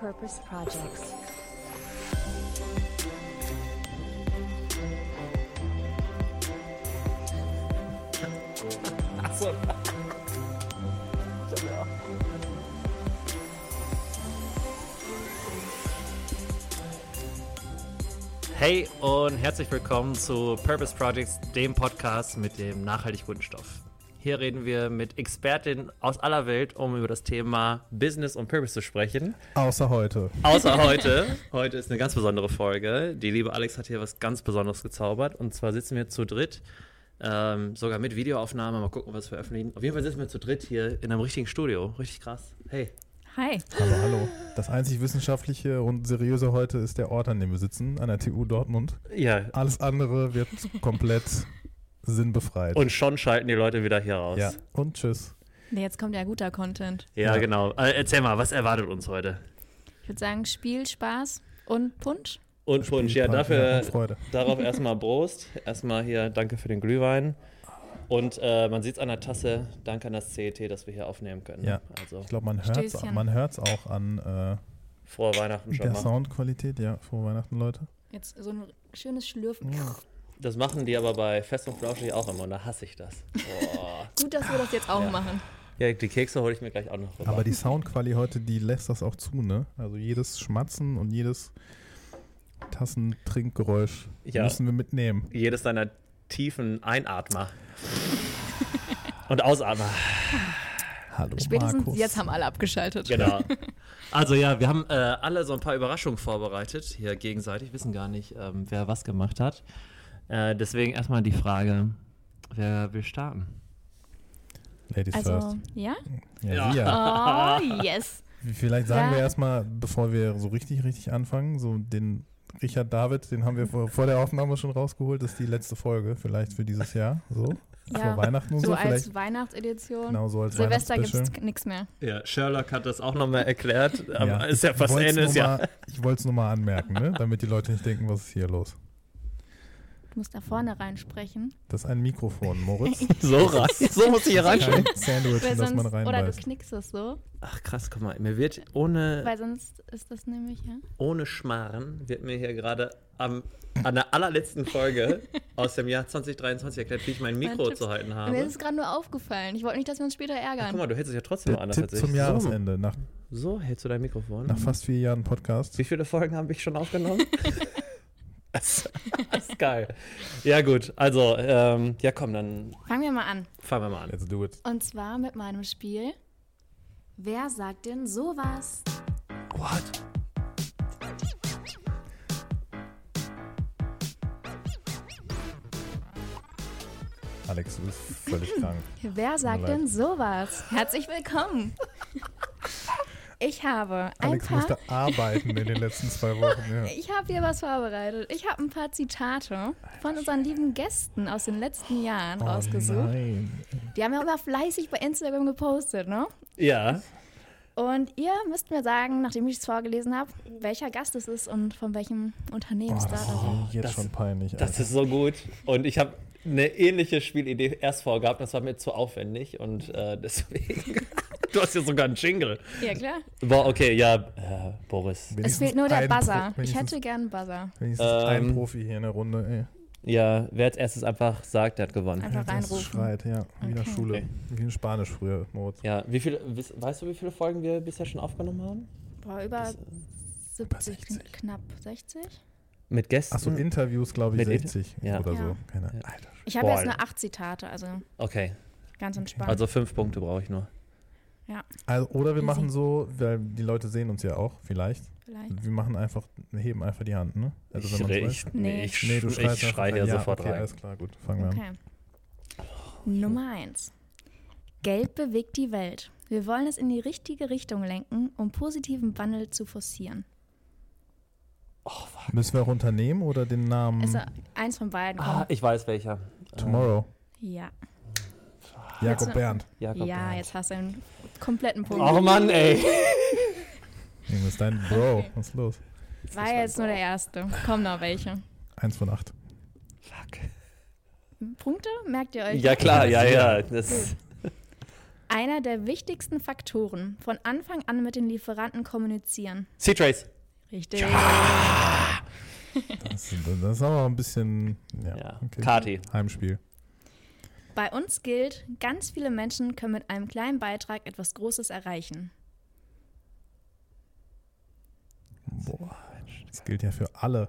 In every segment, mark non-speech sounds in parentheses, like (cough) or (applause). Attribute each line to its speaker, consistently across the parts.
Speaker 1: Purpose Projects.
Speaker 2: Achso. Hey und herzlich willkommen zu Purpose Projects, dem Podcast mit dem nachhaltig guten Stoff. Hier reden wir mit Expertinnen aus aller Welt, um über das Thema Business und Purpose zu sprechen.
Speaker 3: Außer heute.
Speaker 2: (laughs) Außer heute. Heute ist eine ganz besondere Folge. Die liebe Alex hat hier was ganz Besonderes gezaubert. Und zwar sitzen wir zu dritt, ähm, sogar mit Videoaufnahme. Mal gucken, ob wir es veröffentlichen. Auf jeden Fall sitzen wir zu dritt hier in einem richtigen Studio. Richtig krass. Hey.
Speaker 4: Hi.
Speaker 3: Hallo, hallo. Das einzig wissenschaftliche und seriöse heute ist der Ort, an dem wir sitzen, an der TU Dortmund.
Speaker 2: Ja.
Speaker 3: Alles andere wird komplett sinnbefreit.
Speaker 2: Und schon schalten die Leute wieder hier raus.
Speaker 3: ja. Und tschüss.
Speaker 4: Nee, jetzt kommt ja guter Content.
Speaker 2: Ja,
Speaker 3: Ja.
Speaker 2: genau. Äh, erzähl mal, was erwartet uns heute?
Speaker 4: Ich würde sagen, Spiel, Spaß und Punsch.
Speaker 2: Und Punsch, ja,
Speaker 3: Ja,
Speaker 2: dafür,
Speaker 3: und Freude.
Speaker 2: darauf erstmal Prost. Erstmal hier, danke für den Glühwein. Und äh, man sieht es an der Tasse, danke an das CET, dass wir hier aufnehmen können.
Speaker 3: Ja.
Speaker 2: Also,
Speaker 3: Ich glaube, man hört es
Speaker 4: Stößchen.
Speaker 3: man hört's auch an äh,
Speaker 2: frohe Weihnachten schon
Speaker 3: der
Speaker 2: mal.
Speaker 3: Soundqualität. Ja, frohe Weihnachten, Leute.
Speaker 4: Jetzt so ein schönes
Speaker 3: Mm.
Speaker 4: Schlürfen.
Speaker 2: Das machen die aber bei Fest und Flauschig auch immer und da hasse ich das.
Speaker 3: (laughs)
Speaker 2: Boah.
Speaker 4: Gut, dass wir das jetzt auch
Speaker 2: Ja.
Speaker 4: machen.
Speaker 2: ja, die Kekse hole ich mir gleich auch noch rüber.
Speaker 3: Aber die Soundquali heute, die lässt das auch zu, ne? Also jedes Schmatzen und jedes Tassentrinkgeräusch
Speaker 2: Ja.
Speaker 3: müssen wir mitnehmen.
Speaker 2: Jedes deiner tiefen
Speaker 3: (laughs)
Speaker 2: Einatmer. und Ausatmer.
Speaker 3: Hallo,
Speaker 4: Spätestens
Speaker 3: Markus.
Speaker 4: jetzt haben alle abgeschaltet.
Speaker 2: Genau. (laughs) Also ja, wir haben äh, alle so ein paar Überraschungen vorbereitet hier gegenseitig. Wissen gar nicht, ähm, wer was gemacht hat. Äh, deswegen erstmal die Frage, wer will starten?
Speaker 3: Ladies
Speaker 4: Also,
Speaker 3: first.
Speaker 4: ja?
Speaker 2: Ja.
Speaker 3: Ja, ja.
Speaker 4: Oh, yes.
Speaker 3: Vielleicht sagen
Speaker 4: Ja.
Speaker 3: wir erstmal, bevor wir so richtig, richtig anfangen, so den Richard David, den haben wir vor, vor der Aufnahme schon rausgeholt. Das ist die letzte Folge, vielleicht für dieses Jahr. So,
Speaker 4: Ja.
Speaker 3: vor Weihnachten und (laughs) so.
Speaker 4: So
Speaker 3: vielleicht
Speaker 4: als Weihnachtsedition.
Speaker 3: genau so als
Speaker 4: Silvester gibt
Speaker 3: Weihnachtsspecial.
Speaker 4: es nichts mehr.
Speaker 2: Ja, Sherlock hat das auch nochmal erklärt.
Speaker 3: Ja,
Speaker 2: Aber ist ja
Speaker 3: ich
Speaker 2: fast
Speaker 3: wollt's
Speaker 2: Ende
Speaker 3: nur
Speaker 2: des Jahres.
Speaker 3: mal- Ich wollte es nur mal anmerken, ne? damit die Leute nicht denken, was ist hier los.
Speaker 4: Du musst da vorne reinsprechen.
Speaker 3: Das ist ein Mikrofon,
Speaker 4: (laughs)
Speaker 3: Moritz.
Speaker 2: (laughs) So rein.
Speaker 3: (laughs)
Speaker 2: So muss ich hier reinschauen.
Speaker 3: Kein Sandwich, in
Speaker 4: Weil
Speaker 3: das
Speaker 4: sonst,
Speaker 3: man
Speaker 4: oder du
Speaker 3: reinbeißt.
Speaker 4: knickst es so,
Speaker 2: Ach krass, guck mal, mir wird ohne
Speaker 4: weil sonst ist das nämlich, ja.
Speaker 2: ohne Schmarren wird mir hier gerade am, an der allerletzten
Speaker 4: (laughs)
Speaker 2: Folge aus dem Jahr 2023 erklärt, wie ich mein Mikro
Speaker 4: Mein Tipp.
Speaker 2: zu halten
Speaker 4: Mir ist
Speaker 2: habe.
Speaker 4: es gerade nur aufgefallen. Ich wollte nicht, dass wir uns später
Speaker 2: Ach, guck
Speaker 4: ärgern.
Speaker 2: mal, du hältst es ja trotzdem noch
Speaker 3: Der
Speaker 2: anders
Speaker 3: Tipp
Speaker 2: als ich.
Speaker 3: zum
Speaker 2: So,
Speaker 3: Jahresende, nach,
Speaker 2: so hältst du dein Mikrofon.
Speaker 3: nach fast vier Jahren Podcast.
Speaker 2: Wie viele Folgen habe ich schon aufgenommen? das, das ist geil. Ja gut, also, ähm, ja komm, dann
Speaker 4: Fangen wir mal an.
Speaker 2: fangen wir mal an.
Speaker 3: Let's do it.
Speaker 4: Und zwar mit meinem Spiel.
Speaker 1: Wer sagt denn sowas?
Speaker 2: What?
Speaker 3: Alex, du bist
Speaker 4: (clears throat)
Speaker 3: völlig krank.
Speaker 1: Wer sagt
Speaker 3: mir leid.
Speaker 1: denn sowas?
Speaker 4: Herzlich willkommen. Ich habe ein
Speaker 3: Alex
Speaker 4: paar.
Speaker 3: musste arbeiten in den letzten zwei Wochen. Ja.
Speaker 4: (laughs) Ich habe hier was vorbereitet. Ich habe ein paar Zitate von unseren lieben Gästen aus den letzten Jahren rausgesucht.
Speaker 3: Oh Nein.
Speaker 4: Die haben ja immer fleißig bei Instagram gepostet, ne?
Speaker 2: Ja,
Speaker 4: Und ihr müsst mir sagen, nachdem ich es vorgelesen habe, welcher Gast es ist und von welchem Unternehmen
Speaker 3: Oh,
Speaker 4: es
Speaker 3: das ist
Speaker 4: da ist.
Speaker 3: ja jetzt
Speaker 2: das-
Speaker 3: schon peinlich.
Speaker 2: das
Speaker 3: Alter.
Speaker 2: ist so gut. Und ich habe eine ähnliche Spielidee erst vorgehabt, das war mir zu aufwendig und äh, (laughs) deswegen... Du hast ja sogar einen Jingle.
Speaker 4: Ja, klar.
Speaker 2: Boah, okay, ja, äh, Boris.
Speaker 4: Es
Speaker 3: Wenigstens
Speaker 4: fehlt nur der
Speaker 3: ein Pro-
Speaker 4: Buzzer. Ich
Speaker 3: wenigstens-
Speaker 4: hätte gern einen Buzzer.
Speaker 3: Wenigstens
Speaker 2: Ähm,
Speaker 3: ein Profi hier in der Runde, ey.
Speaker 2: Ja, wer als erstes einfach sagt, der hat gewonnen.
Speaker 4: Einfach
Speaker 3: Der das
Speaker 4: reinrufen.
Speaker 3: Schreit, ja. Wie in der
Speaker 4: Okay.
Speaker 3: Schule.
Speaker 2: Okay.
Speaker 3: Wie in Spanisch früher, Moritz.
Speaker 2: Ja, wie viele, wiss- weißt du, wie viele Folgen wir bisher schon aufgenommen haben?
Speaker 4: Boah, über
Speaker 2: Das, äh,
Speaker 4: 70,
Speaker 3: 60.
Speaker 4: knapp 60,
Speaker 2: Mit Gästen?
Speaker 3: Achso, Interviews, glaube ich,
Speaker 2: Hm. Mit Inter-
Speaker 3: 60
Speaker 2: Ja.
Speaker 3: oder so.
Speaker 4: Ja.
Speaker 3: Keine
Speaker 2: Ja.
Speaker 3: Alter.
Speaker 4: Ich habe jetzt
Speaker 2: Boah.
Speaker 4: nur acht Zitate, also
Speaker 2: okay,
Speaker 4: ganz entspannt.
Speaker 2: also fünf Punkte brauche ich nur.
Speaker 3: Also, oder wir
Speaker 4: Easy.
Speaker 3: machen so, weil die Leute sehen uns ja auch, vielleicht.
Speaker 4: vielleicht.
Speaker 3: Wir machen einfach, heben einfach die Hand, ne?
Speaker 2: ich
Speaker 3: man's
Speaker 2: re-
Speaker 3: weiß.
Speaker 2: ich,
Speaker 4: Nee.
Speaker 2: nee, ich,
Speaker 3: Nee, du
Speaker 2: ich
Speaker 3: schreist einfach
Speaker 2: schreie
Speaker 3: rein.
Speaker 2: ja
Speaker 3: ja,
Speaker 2: sofort
Speaker 3: okay,
Speaker 2: rein.
Speaker 3: Alles klar, gut, fangen wir an.
Speaker 4: Okay. Nummer eins. Geld bewegt die Welt. Wir wollen es in die richtige Richtung lenken, um positiven Wandel zu forcieren.
Speaker 3: Müssen wir auch Unternehmen oder den Namen
Speaker 4: Also eins von beiden.
Speaker 2: Mhm. Ah,
Speaker 4: Kommt.
Speaker 2: ich weiß welcher.
Speaker 3: Tomorrow?
Speaker 4: Ja.
Speaker 3: Jakob
Speaker 4: du-
Speaker 3: Bernd.
Speaker 2: Äh, Jakob
Speaker 4: ja,
Speaker 2: Bernd.
Speaker 4: jetzt hast du einen kompletten Punkt.
Speaker 2: Oh Mann, (laughs) ey.
Speaker 3: Junge, ist dein Bro. Was ist los?
Speaker 4: War jetzt nur der erste. Kommen noch welche.
Speaker 3: Eins von acht.
Speaker 2: Fuck.
Speaker 4: Punkte merkt ihr euch?
Speaker 3: (laughs)
Speaker 2: Ja klar, ja, ja. Das,
Speaker 4: Einer der wichtigsten Faktoren. Von Anfang an mit den Lieferanten kommunizieren.
Speaker 2: C-Trace.
Speaker 4: Richtig.
Speaker 3: Das, das ist aber ein bisschen. Ja,
Speaker 2: Ja.
Speaker 3: okay.
Speaker 2: Kati.
Speaker 3: Heimspiel.
Speaker 4: Bei uns gilt, ganz viele Menschen können mit einem kleinen Beitrag etwas Großes erreichen.
Speaker 3: Boah. Das gilt ja für alle.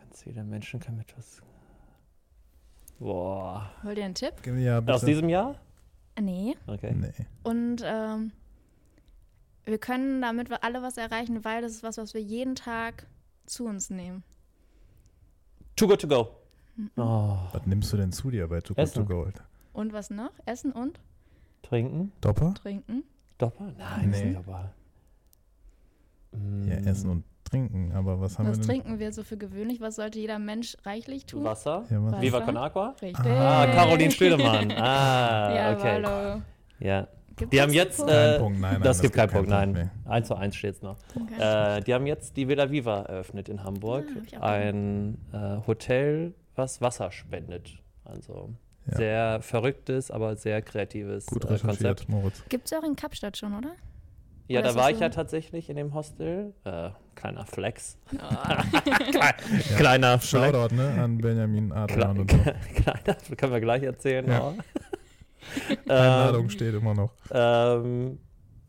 Speaker 2: Ganz jeder Menschen kann mit was. Boah.
Speaker 4: Wollt ihr einen Tipp?
Speaker 3: Gib mir Ja, bitte. Hm.
Speaker 2: Aus diesem Jahr?
Speaker 4: Nee.
Speaker 2: Okay.
Speaker 3: Nee.
Speaker 4: Und ähm, wir können damit wir alle was erreichen, weil das ist was, was wir jeden Tag zu uns nehmen.
Speaker 2: Too good to go. Oh.
Speaker 3: Was nimmst du denn zu dir bei Too Good
Speaker 2: Essen.
Speaker 3: To Go, Alter?
Speaker 4: Und was noch? Essen und
Speaker 2: Trinken?
Speaker 3: Dopper?
Speaker 4: trinken.
Speaker 2: Doppel? Nein,
Speaker 3: Nee.
Speaker 2: nee. nicht Doppel. Mm,
Speaker 3: Ja, Essen und Trinken. Aber was haben
Speaker 4: Was
Speaker 3: wir denn?
Speaker 4: trinken wir so für gewöhnlich? Was sollte jeder Mensch reichlich tun?
Speaker 2: Wasser?
Speaker 3: Ja, was?
Speaker 2: Viva
Speaker 4: Wasser.
Speaker 2: Con Agua?
Speaker 4: Richtig.
Speaker 2: Ah, Caroline (laughs) Stödemann. Ah,
Speaker 4: Ja,
Speaker 2: okay.
Speaker 4: Wallo.
Speaker 2: Ja.
Speaker 4: Gibt
Speaker 2: Die
Speaker 4: es
Speaker 2: haben
Speaker 4: einen
Speaker 2: jetzt,
Speaker 4: Punkt?
Speaker 2: äh,
Speaker 3: Kein Punkt, nein,
Speaker 2: das
Speaker 3: nein, das
Speaker 2: gibt
Speaker 3: gibt
Speaker 2: keinen
Speaker 3: keinen
Speaker 2: Punkt, nein.
Speaker 3: Punkt,
Speaker 2: 1 zu 1 steht's noch.
Speaker 4: Okay.
Speaker 2: Äh, die haben jetzt die Villa Viva eröffnet in Hamburg.
Speaker 4: Ah, hab ich auch
Speaker 2: ein äh, Hotel, was Wasser spendet. Also
Speaker 3: Ja.
Speaker 2: sehr verrücktes, aber sehr kreatives
Speaker 3: Gut
Speaker 2: äh, Konzept.
Speaker 3: recherchiert, Moritz.
Speaker 4: Gibt's ja auch in Kapstadt schon, oder?
Speaker 2: Ja,
Speaker 4: Oder
Speaker 2: da
Speaker 4: ist
Speaker 2: war
Speaker 4: das
Speaker 2: ich
Speaker 4: so-
Speaker 2: ja tatsächlich in dem Hostel. Äh, kleiner
Speaker 4: (laughs)
Speaker 2: Flex. (laughs) Ah.
Speaker 4: Ja.
Speaker 2: Kleiner Flex.
Speaker 3: Shoutout, ne? An Benjamin
Speaker 2: Kle
Speaker 3: Adrian und so.
Speaker 2: (laughs) kleiner, können wir gleich erzählen. Ähm,
Speaker 3: Ja.
Speaker 2: aber-
Speaker 3: Einladung steht immer noch.
Speaker 2: Ähm,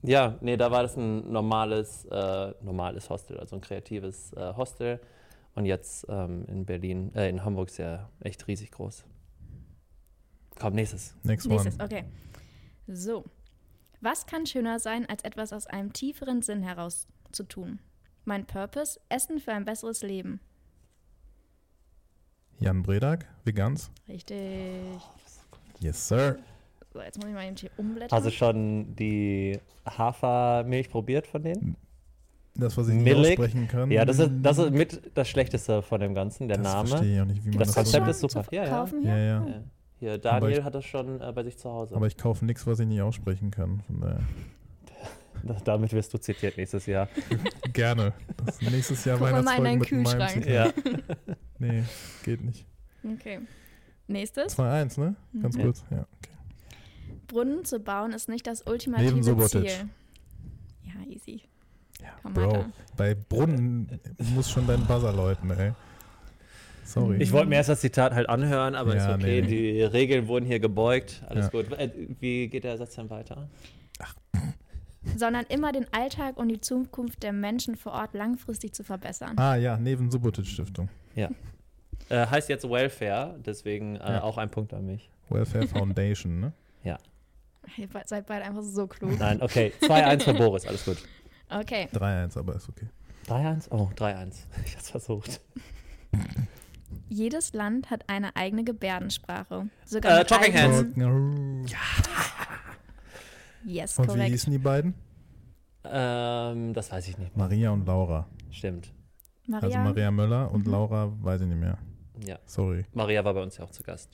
Speaker 2: ja, nee, da war das ein normales, äh, normales Hostel, also ein kreatives äh, Hostel. Und jetzt ähm, in Berlin, äh, in Hamburg ist ja echt riesig groß. Komm, nächstes.
Speaker 3: Next one.
Speaker 4: Nächstes, okay. So. Was kann schöner sein, als etwas aus einem tieferen Sinn heraus zu tun? Mein Purpose, Essen für ein besseres Leben.
Speaker 3: Jan Bredak, Vegans.
Speaker 4: Richtig.
Speaker 3: Yes, sir.
Speaker 4: So, jetzt muss ich mal eben hier umblättern.
Speaker 2: Hast du schon die Hafermilch probiert von denen?
Speaker 3: Das, was ich nicht
Speaker 2: Millik.
Speaker 3: aussprechen kann.
Speaker 2: Ja, das ist, das ist mit das Schlechteste von dem Ganzen, der
Speaker 3: Ähm, das
Speaker 2: Name.
Speaker 3: verstehe ich auch nicht, wie man
Speaker 2: Das
Speaker 3: das,
Speaker 2: Konzept
Speaker 3: so
Speaker 2: ist super.
Speaker 4: Zu
Speaker 2: Ja, ja.
Speaker 4: kaufen
Speaker 3: Ja,
Speaker 4: hier?
Speaker 3: ja.
Speaker 2: Ja. Hier,
Speaker 3: Aber
Speaker 2: Daniel
Speaker 3: ich-
Speaker 2: hat das schon äh, bei sich zu Hause.
Speaker 3: Aber ich kaufe nichts, was ich nicht aussprechen kann. Von
Speaker 2: (laughs)
Speaker 3: daher.
Speaker 2: Da- Damit wirst du zitiert nächstes Jahr.
Speaker 3: Gerne. Das ist nächstes Jahr
Speaker 4: Guck mal in
Speaker 3: Weihnachtsfolge
Speaker 4: deinen
Speaker 3: mit meinem
Speaker 4: Kühlschrank.
Speaker 3: Zitat.
Speaker 2: Ja.
Speaker 3: Nee, geht nicht.
Speaker 4: Okay. Nächstes.
Speaker 3: 2-1, ne? Ganz
Speaker 2: Mhm.
Speaker 3: kurz. Ja, okay.
Speaker 4: Brunnen zu bauen ist nicht das ultimative
Speaker 3: Neben Subotic.
Speaker 4: Ziel. Ja, easy.
Speaker 3: Ja,
Speaker 4: Komm
Speaker 3: Bro,
Speaker 4: weiter.
Speaker 3: bei Brunnen muss schon dein Buzzer läuten, ey. Sorry.
Speaker 2: Ich wollte mir erst das Zitat halt anhören, aber
Speaker 3: Ja,
Speaker 2: ist okay.
Speaker 3: nee, nee.
Speaker 2: Die Regeln wurden hier gebeugt. Alles
Speaker 3: Ja.
Speaker 2: gut. Äh, Wie geht der Satz dann weiter?
Speaker 4: Sondern immer den Alltag und die Zukunft der Menschen vor Ort langfristig zu verbessern.
Speaker 3: ah ja, neben Subotic Stiftung.
Speaker 2: Äh, heißt jetzt Welfare, deswegen äh,
Speaker 3: Ja.
Speaker 2: auch ein Punkt an mich. (laughs)
Speaker 3: Welfare Foundation, ne?
Speaker 4: Ihr be- seid beide einfach so klug.
Speaker 2: Nein, okay. 2-1 für Boris, alles gut.
Speaker 4: Okay.
Speaker 3: 3-1, aber ist okay.
Speaker 2: 3-1? Oh, 3-1. (laughs) Ich hab's versucht.
Speaker 4: Jedes Land hat eine eigene Gebärdensprache.
Speaker 2: Äh,
Speaker 4: Sogar mit
Speaker 2: Talking
Speaker 4: eigenen-
Speaker 2: Hands.
Speaker 3: Und
Speaker 4: Yes,
Speaker 3: wie
Speaker 4: korrekt.
Speaker 3: hießen die beiden?
Speaker 2: Ähm, das weiß ich nicht.
Speaker 3: Maria und Laura.
Speaker 2: Stimmt.
Speaker 4: Maria, Mhm.
Speaker 3: Also Maria Möller und Laura, weiß ich nicht mehr.
Speaker 2: Ja.
Speaker 3: Sorry.
Speaker 2: Maria war bei uns ja auch zu Gast.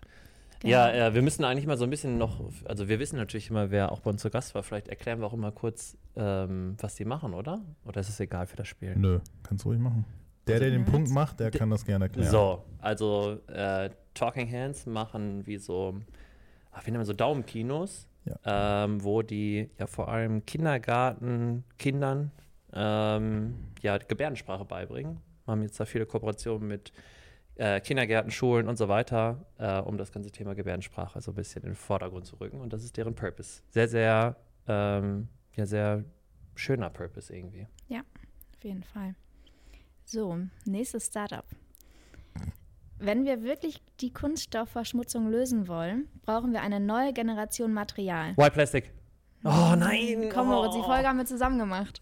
Speaker 4: genau.
Speaker 2: Ja, äh, wir müssen eigentlich mal so ein bisschen noch, also wir wissen natürlich immer, wer auch bei uns zu Gast war. Vielleicht erklären wir auch immer kurz, ähm, was die machen, oder? Oder ist es egal für das Spiel?
Speaker 3: Nö, kannst ruhig machen. Der, der den Punkt macht, der kann das gerne erklären.
Speaker 2: So, also äh, Talking Hands machen wie so, ach, wie nennen wir so Daumenkinos, ähm, wo die ja vor allem Kindergartenkindern ähm, ja Gebärdensprache beibringen. Wir haben jetzt da viele Kooperationen mit äh, Kindergärten, Schulen und so weiter, äh, um das ganze Thema Gebärdensprache so ein bisschen in den Vordergrund zu rücken. Und das ist deren Purpose. Sehr, sehr, ähm, ja, sehr schöner Purpose irgendwie.
Speaker 4: Auf jeden Fall. So, nächstes Startup. Wenn wir wirklich die Kunststoffverschmutzung lösen wollen, brauchen wir eine neue Generation Material.
Speaker 2: White Plastic. Oh nein!
Speaker 4: Komm, Moritz, die
Speaker 2: oh.
Speaker 4: Folge haben wir zusammen gemacht.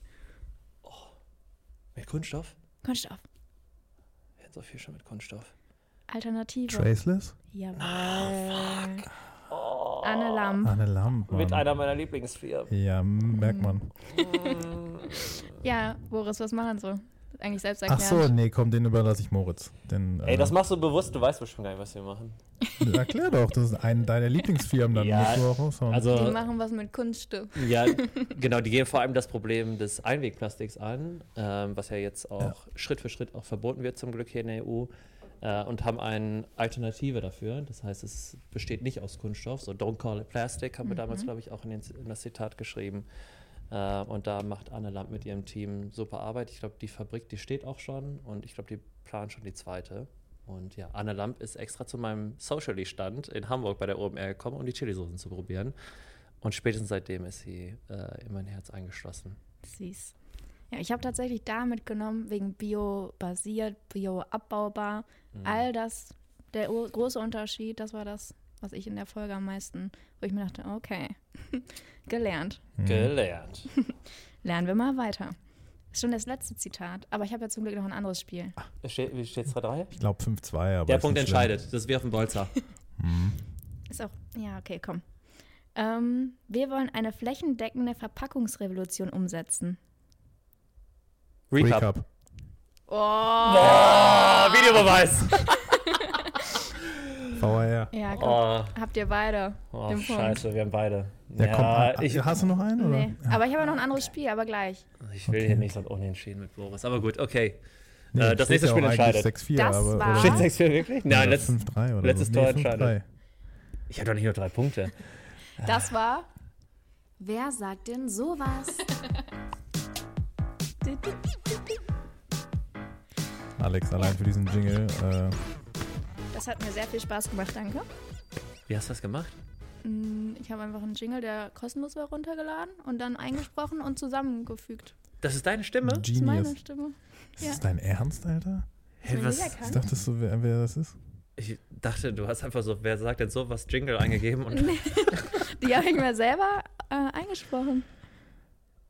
Speaker 2: Mit Kunststoff?
Speaker 4: Kunststoff.
Speaker 2: Jetzt so viel schon mit Kunststoff.
Speaker 4: Alternative.
Speaker 3: Traceless?
Speaker 2: Ah,
Speaker 4: Jawohl.
Speaker 2: Oh.
Speaker 4: Anne Lamm.
Speaker 3: Anne Lamp.
Speaker 2: Mit
Speaker 3: Mann.
Speaker 2: einer meiner Lieblingsfirmen.
Speaker 3: Ja, m-
Speaker 4: Mhm.
Speaker 3: merkt man.
Speaker 4: Ja, Boris, was machen so? Eigentlich selbst
Speaker 3: Ach
Speaker 4: erklärt.
Speaker 3: so, nee, komm, den überlasse ich Moritz. Den,
Speaker 2: Ey, das machst du bewusst, du weißt bestimmt gar nicht, was wir machen.
Speaker 3: äh, erklär doch, das ist ein deiner Lieblingsfirmen,
Speaker 2: (laughs)
Speaker 3: dann
Speaker 2: Ja,
Speaker 3: musst du auch raushauen.
Speaker 4: Die
Speaker 2: Also,
Speaker 4: machen was mit Kunststoff.
Speaker 2: ja, genau, die gehen vor allem das Problem des Einwegplastiks an, ähm, was ja jetzt auch Schritt für Schritt auch verboten wird, zum Glück hier in der EU. äh, und haben eine Alternative dafür. Das heißt, es besteht nicht aus Kunststoff. So Don't Call It Plastic haben wir damals, glaube ich, auch in, den, in das Zitat geschrieben. Äh, und da macht Anne Lamp mit ihrem Team super Arbeit. Ich glaube, die Fabrik, die steht auch schon und ich glaube, die planen schon die zweite. Und ja, Anne Lamp ist extra zu meinem Socially-Stand in Hamburg bei der OMR gekommen, um die Chilisoßen zu probieren. Und spätestens seitdem ist sie äh, in mein Herz eingeschlossen.
Speaker 4: Süß. Ja, ich habe tatsächlich da mitgenommen, wegen Bio-basiert, Bio-abbaubar.
Speaker 2: Mhm.
Speaker 4: All das, der o- große Unterschied, das war das, was ich in der Folge am meisten, wo ich mir dachte, okay, (laughs) gelernt.
Speaker 2: Mhm. Gelernt.
Speaker 4: Lernen wir mal weiter. Ist schon das letzte Zitat, aber ich habe ja zum Glück noch ein anderes Spiel.
Speaker 2: Ste wie steht es 3
Speaker 3: Ich glaube 5-2, aber.
Speaker 2: Der
Speaker 3: ist
Speaker 2: Punkt
Speaker 3: nicht schlimm.
Speaker 2: entscheidet. Das ist wie auf dem Bolzer.
Speaker 4: Ist auch, ja, okay, komm. Ähm, wir wollen eine flächendeckende Verpackungsrevolution umsetzen.
Speaker 2: (laughs) Recap.
Speaker 3: Recap.
Speaker 4: Oh!
Speaker 2: Ah, Videobeweis.
Speaker 3: VR.
Speaker 4: Ja, komm.
Speaker 2: Oh,
Speaker 4: Habt ihr beide
Speaker 2: oh
Speaker 4: den Punkt?
Speaker 2: scheiße, wir haben beide.
Speaker 3: Ja, komm.
Speaker 2: ich,
Speaker 3: Ich, hast du noch einen? Oder?
Speaker 4: Nee. Aber ich habe ja noch ein anderes Spiel, aber gleich.
Speaker 2: ich will hier nicht so ein Unentschieden mit Boris. Aber gut, okay.
Speaker 3: Nee,
Speaker 2: Äh, das
Speaker 3: steht
Speaker 2: nächste
Speaker 3: ja
Speaker 2: Spiel
Speaker 3: auch eigentlich
Speaker 2: entscheidet.
Speaker 3: 6-4,
Speaker 4: Das
Speaker 3: aber,
Speaker 4: war-
Speaker 3: oder-
Speaker 4: Steht
Speaker 2: Steht 6-4 wirklich? Nein,
Speaker 3: oder
Speaker 2: letztes,
Speaker 3: 5-3 oder
Speaker 2: letztes
Speaker 3: so.
Speaker 2: Tor
Speaker 3: 5-3.
Speaker 2: entscheidet. ich habe doch nicht nur drei Punkte.
Speaker 4: Das war
Speaker 1: Wer sagt denn sowas?
Speaker 3: Alex, allein für diesen Jingle. Äh,
Speaker 4: Das hat mir sehr viel Spaß gemacht, danke.
Speaker 2: Wie hast du das gemacht?
Speaker 4: Mm, Ich habe einfach einen Jingle, der kostenlos war, runtergeladen und dann eingesprochen und zusammengefügt.
Speaker 2: Das ist deine Stimme?
Speaker 4: Das ist meine
Speaker 3: Genius.
Speaker 4: Stimme.
Speaker 3: Ist das dein Ernst, Alter?
Speaker 2: Hey,
Speaker 4: Wenn
Speaker 2: was?
Speaker 4: jeder
Speaker 3: Ich
Speaker 4: kann.
Speaker 3: dachte, so, wer, wer das ist.
Speaker 2: Ich dachte, du hast einfach so, wer sagt denn sowas, Jingle eingegeben und
Speaker 4: Die habe ich mir selber äh, eingesprochen.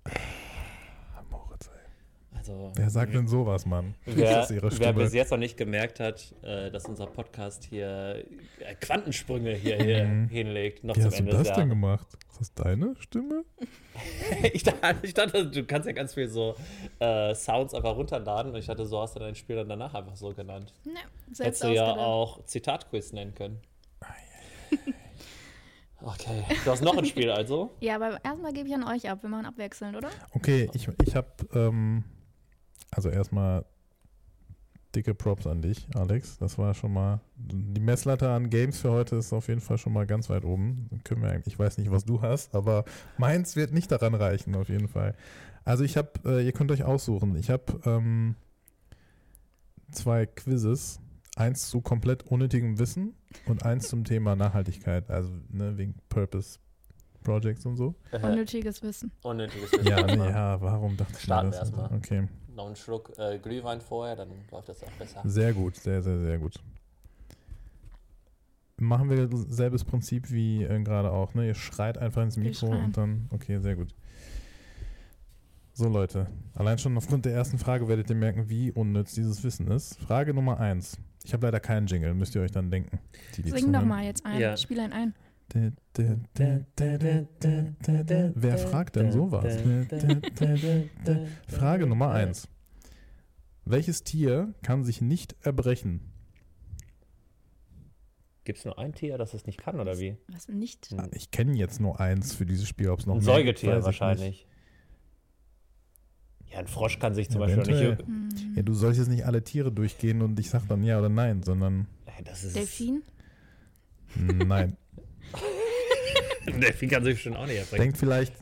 Speaker 3: Ah, Moritz, ey.
Speaker 2: also,
Speaker 3: Wer sagt denn sowas, Mann?
Speaker 2: Wer,
Speaker 3: ist ihre
Speaker 2: wer
Speaker 3: Stimme?
Speaker 2: bis jetzt noch nicht gemerkt hat, äh, dass unser Podcast hier äh, Quantensprünge hier, hier hinlegt, noch
Speaker 3: Mhm. Wie
Speaker 2: zum
Speaker 3: hast du
Speaker 2: Ende des
Speaker 3: das
Speaker 2: (laughs)
Speaker 3: denn
Speaker 2: Jahres.
Speaker 3: gemacht? Ist das deine Stimme?
Speaker 2: Ich dachte, ich dachte, du kannst ja ganz viel so äh, Sounds einfach runterladen und ich dachte, so hast du dein Spiel dann danach einfach so genannt.
Speaker 4: Ne, selbst
Speaker 2: Hättest du ja
Speaker 4: ausgedacht.
Speaker 2: auch Zitatquiz nennen können. (laughs) Okay, du hast noch ein Spiel also?
Speaker 4: Ja, aber erstmal gebe ich an euch ab. Wir machen abwechselnd, oder?
Speaker 3: Okay, ich, ich habe ähm, also erstmal dicke Props an dich, Alex. Das war schon mal die Messlatte an Games für heute ist auf jeden Fall schon mal ganz weit oben. Dann Können wir, eigentlich- ich weiß nicht, was du hast, aber meins wird nicht daran reichen auf jeden Fall. Also ich habe, äh, ihr könnt euch aussuchen. Ich habe ähm, zwei Quizzes. Eins zu komplett unnötigem Wissen und eins zum Thema Nachhaltigkeit, also ne, wegen Purpose Projects und so.
Speaker 2: Äh,
Speaker 4: Unnötiges Wissen.
Speaker 2: (laughs) unnötiges Wissen.
Speaker 3: (laughs) Ja, nee, ja, warum dachte ich
Speaker 2: Starten
Speaker 3: mir
Speaker 2: wir
Speaker 3: das?
Speaker 2: erstmal.
Speaker 3: Okay,
Speaker 2: Noch einen Schluck äh, Glühwein vorher, dann läuft das auch besser.
Speaker 3: sehr gut, sehr, sehr, sehr gut. Machen wir selbes Prinzip wie äh, gerade auch, ne? Ihr schreit einfach ins Mikro
Speaker 4: schreien.
Speaker 3: und dann, okay, sehr gut. So Leute, allein schon aufgrund der ersten Frage werdet ihr merken, wie unnütz dieses Wissen ist. Frage Nummer eins. Ich habe leider keinen Jingle, müsst ihr euch dann denken. Die, die
Speaker 4: Sing doch mal jetzt ein.
Speaker 2: Ja.
Speaker 4: Spiel ein ein.
Speaker 3: Da, da, da, da, da, da, da, da. Wer fragt denn sowas? Da, da, da, da. Frage Nummer 1. Welches Tier kann sich nicht erbrechen?
Speaker 2: Gibt es nur ein Tier, das es nicht kann, oder wie?
Speaker 4: Was nicht?
Speaker 3: Ah, Ich kenne jetzt nur eins für dieses Spiel, ob es noch
Speaker 2: Ein
Speaker 3: mehr gibt, weiß
Speaker 2: Säugetier
Speaker 3: ich
Speaker 2: wahrscheinlich. Ja, ein Frosch kann sich zum
Speaker 3: Eventuell.
Speaker 2: Beispiel nicht.
Speaker 4: Hm,
Speaker 3: nicht. Ja, du sollst jetzt nicht alle Tiere durchgehen und ich sag dann ja oder nein, sondern
Speaker 2: Ey, Das ist
Speaker 4: Delfin?
Speaker 3: nein.
Speaker 2: Ein (laughs) Delfin kann sich schon auch nicht erbringen.
Speaker 3: Denkt vielleicht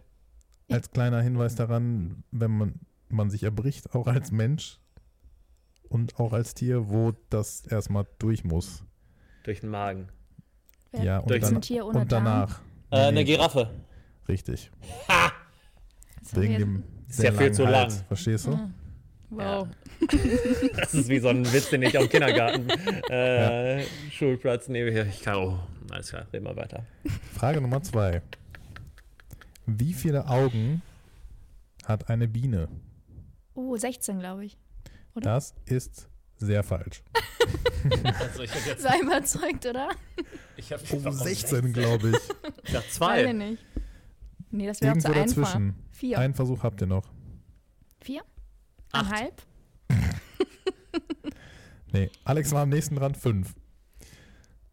Speaker 3: als kleiner Hinweis daran, wenn man, man sich erbricht, auch als Mensch und auch als Tier, wo das erstmal durch muss.
Speaker 2: Durch den Magen.
Speaker 4: Wer-
Speaker 3: Ja, und,
Speaker 2: Durch
Speaker 3: dann,
Speaker 4: ein Tier ohne
Speaker 3: und danach.
Speaker 2: Äh,
Speaker 3: Nee,
Speaker 2: eine
Speaker 3: nee,
Speaker 2: Giraffe.
Speaker 3: (laughs) Richtig.
Speaker 4: Was haben
Speaker 3: Wegen
Speaker 4: wir- Hm.
Speaker 3: dem
Speaker 2: Ist
Speaker 3: sehr
Speaker 2: ja viel
Speaker 3: langen
Speaker 2: zu
Speaker 3: Hals,
Speaker 2: lang.
Speaker 3: Verstehst du?
Speaker 4: Wow.
Speaker 2: Das ist wie so ein Witz, den ich am
Speaker 3: (laughs)
Speaker 2: Kindergarten äh, Schulplatz nehme. Ja, Ich kann, oh, alles klar, reden wir weiter.
Speaker 3: Frage Nummer zwei. Wie viele Augen hat eine Biene?
Speaker 4: Oh, 16, glaube ich. (laughs) Oder?
Speaker 3: Das ist sehr falsch.
Speaker 2: Also ich habe
Speaker 4: Sei überzeugt, oder?
Speaker 2: ich hab
Speaker 3: Oh, 16,
Speaker 4: (laughs)
Speaker 3: glaube ich.
Speaker 4: Weiß ich
Speaker 2: zwei.
Speaker 4: nicht. Nee, das wäre auch zu
Speaker 3: Irgendwo
Speaker 4: einfach.
Speaker 3: dazwischen.
Speaker 4: Vier.
Speaker 3: Einen Versuch habt ihr noch.
Speaker 4: Vier? Einhalb?
Speaker 3: Nee, Alex war am nächsten dran. Fünf.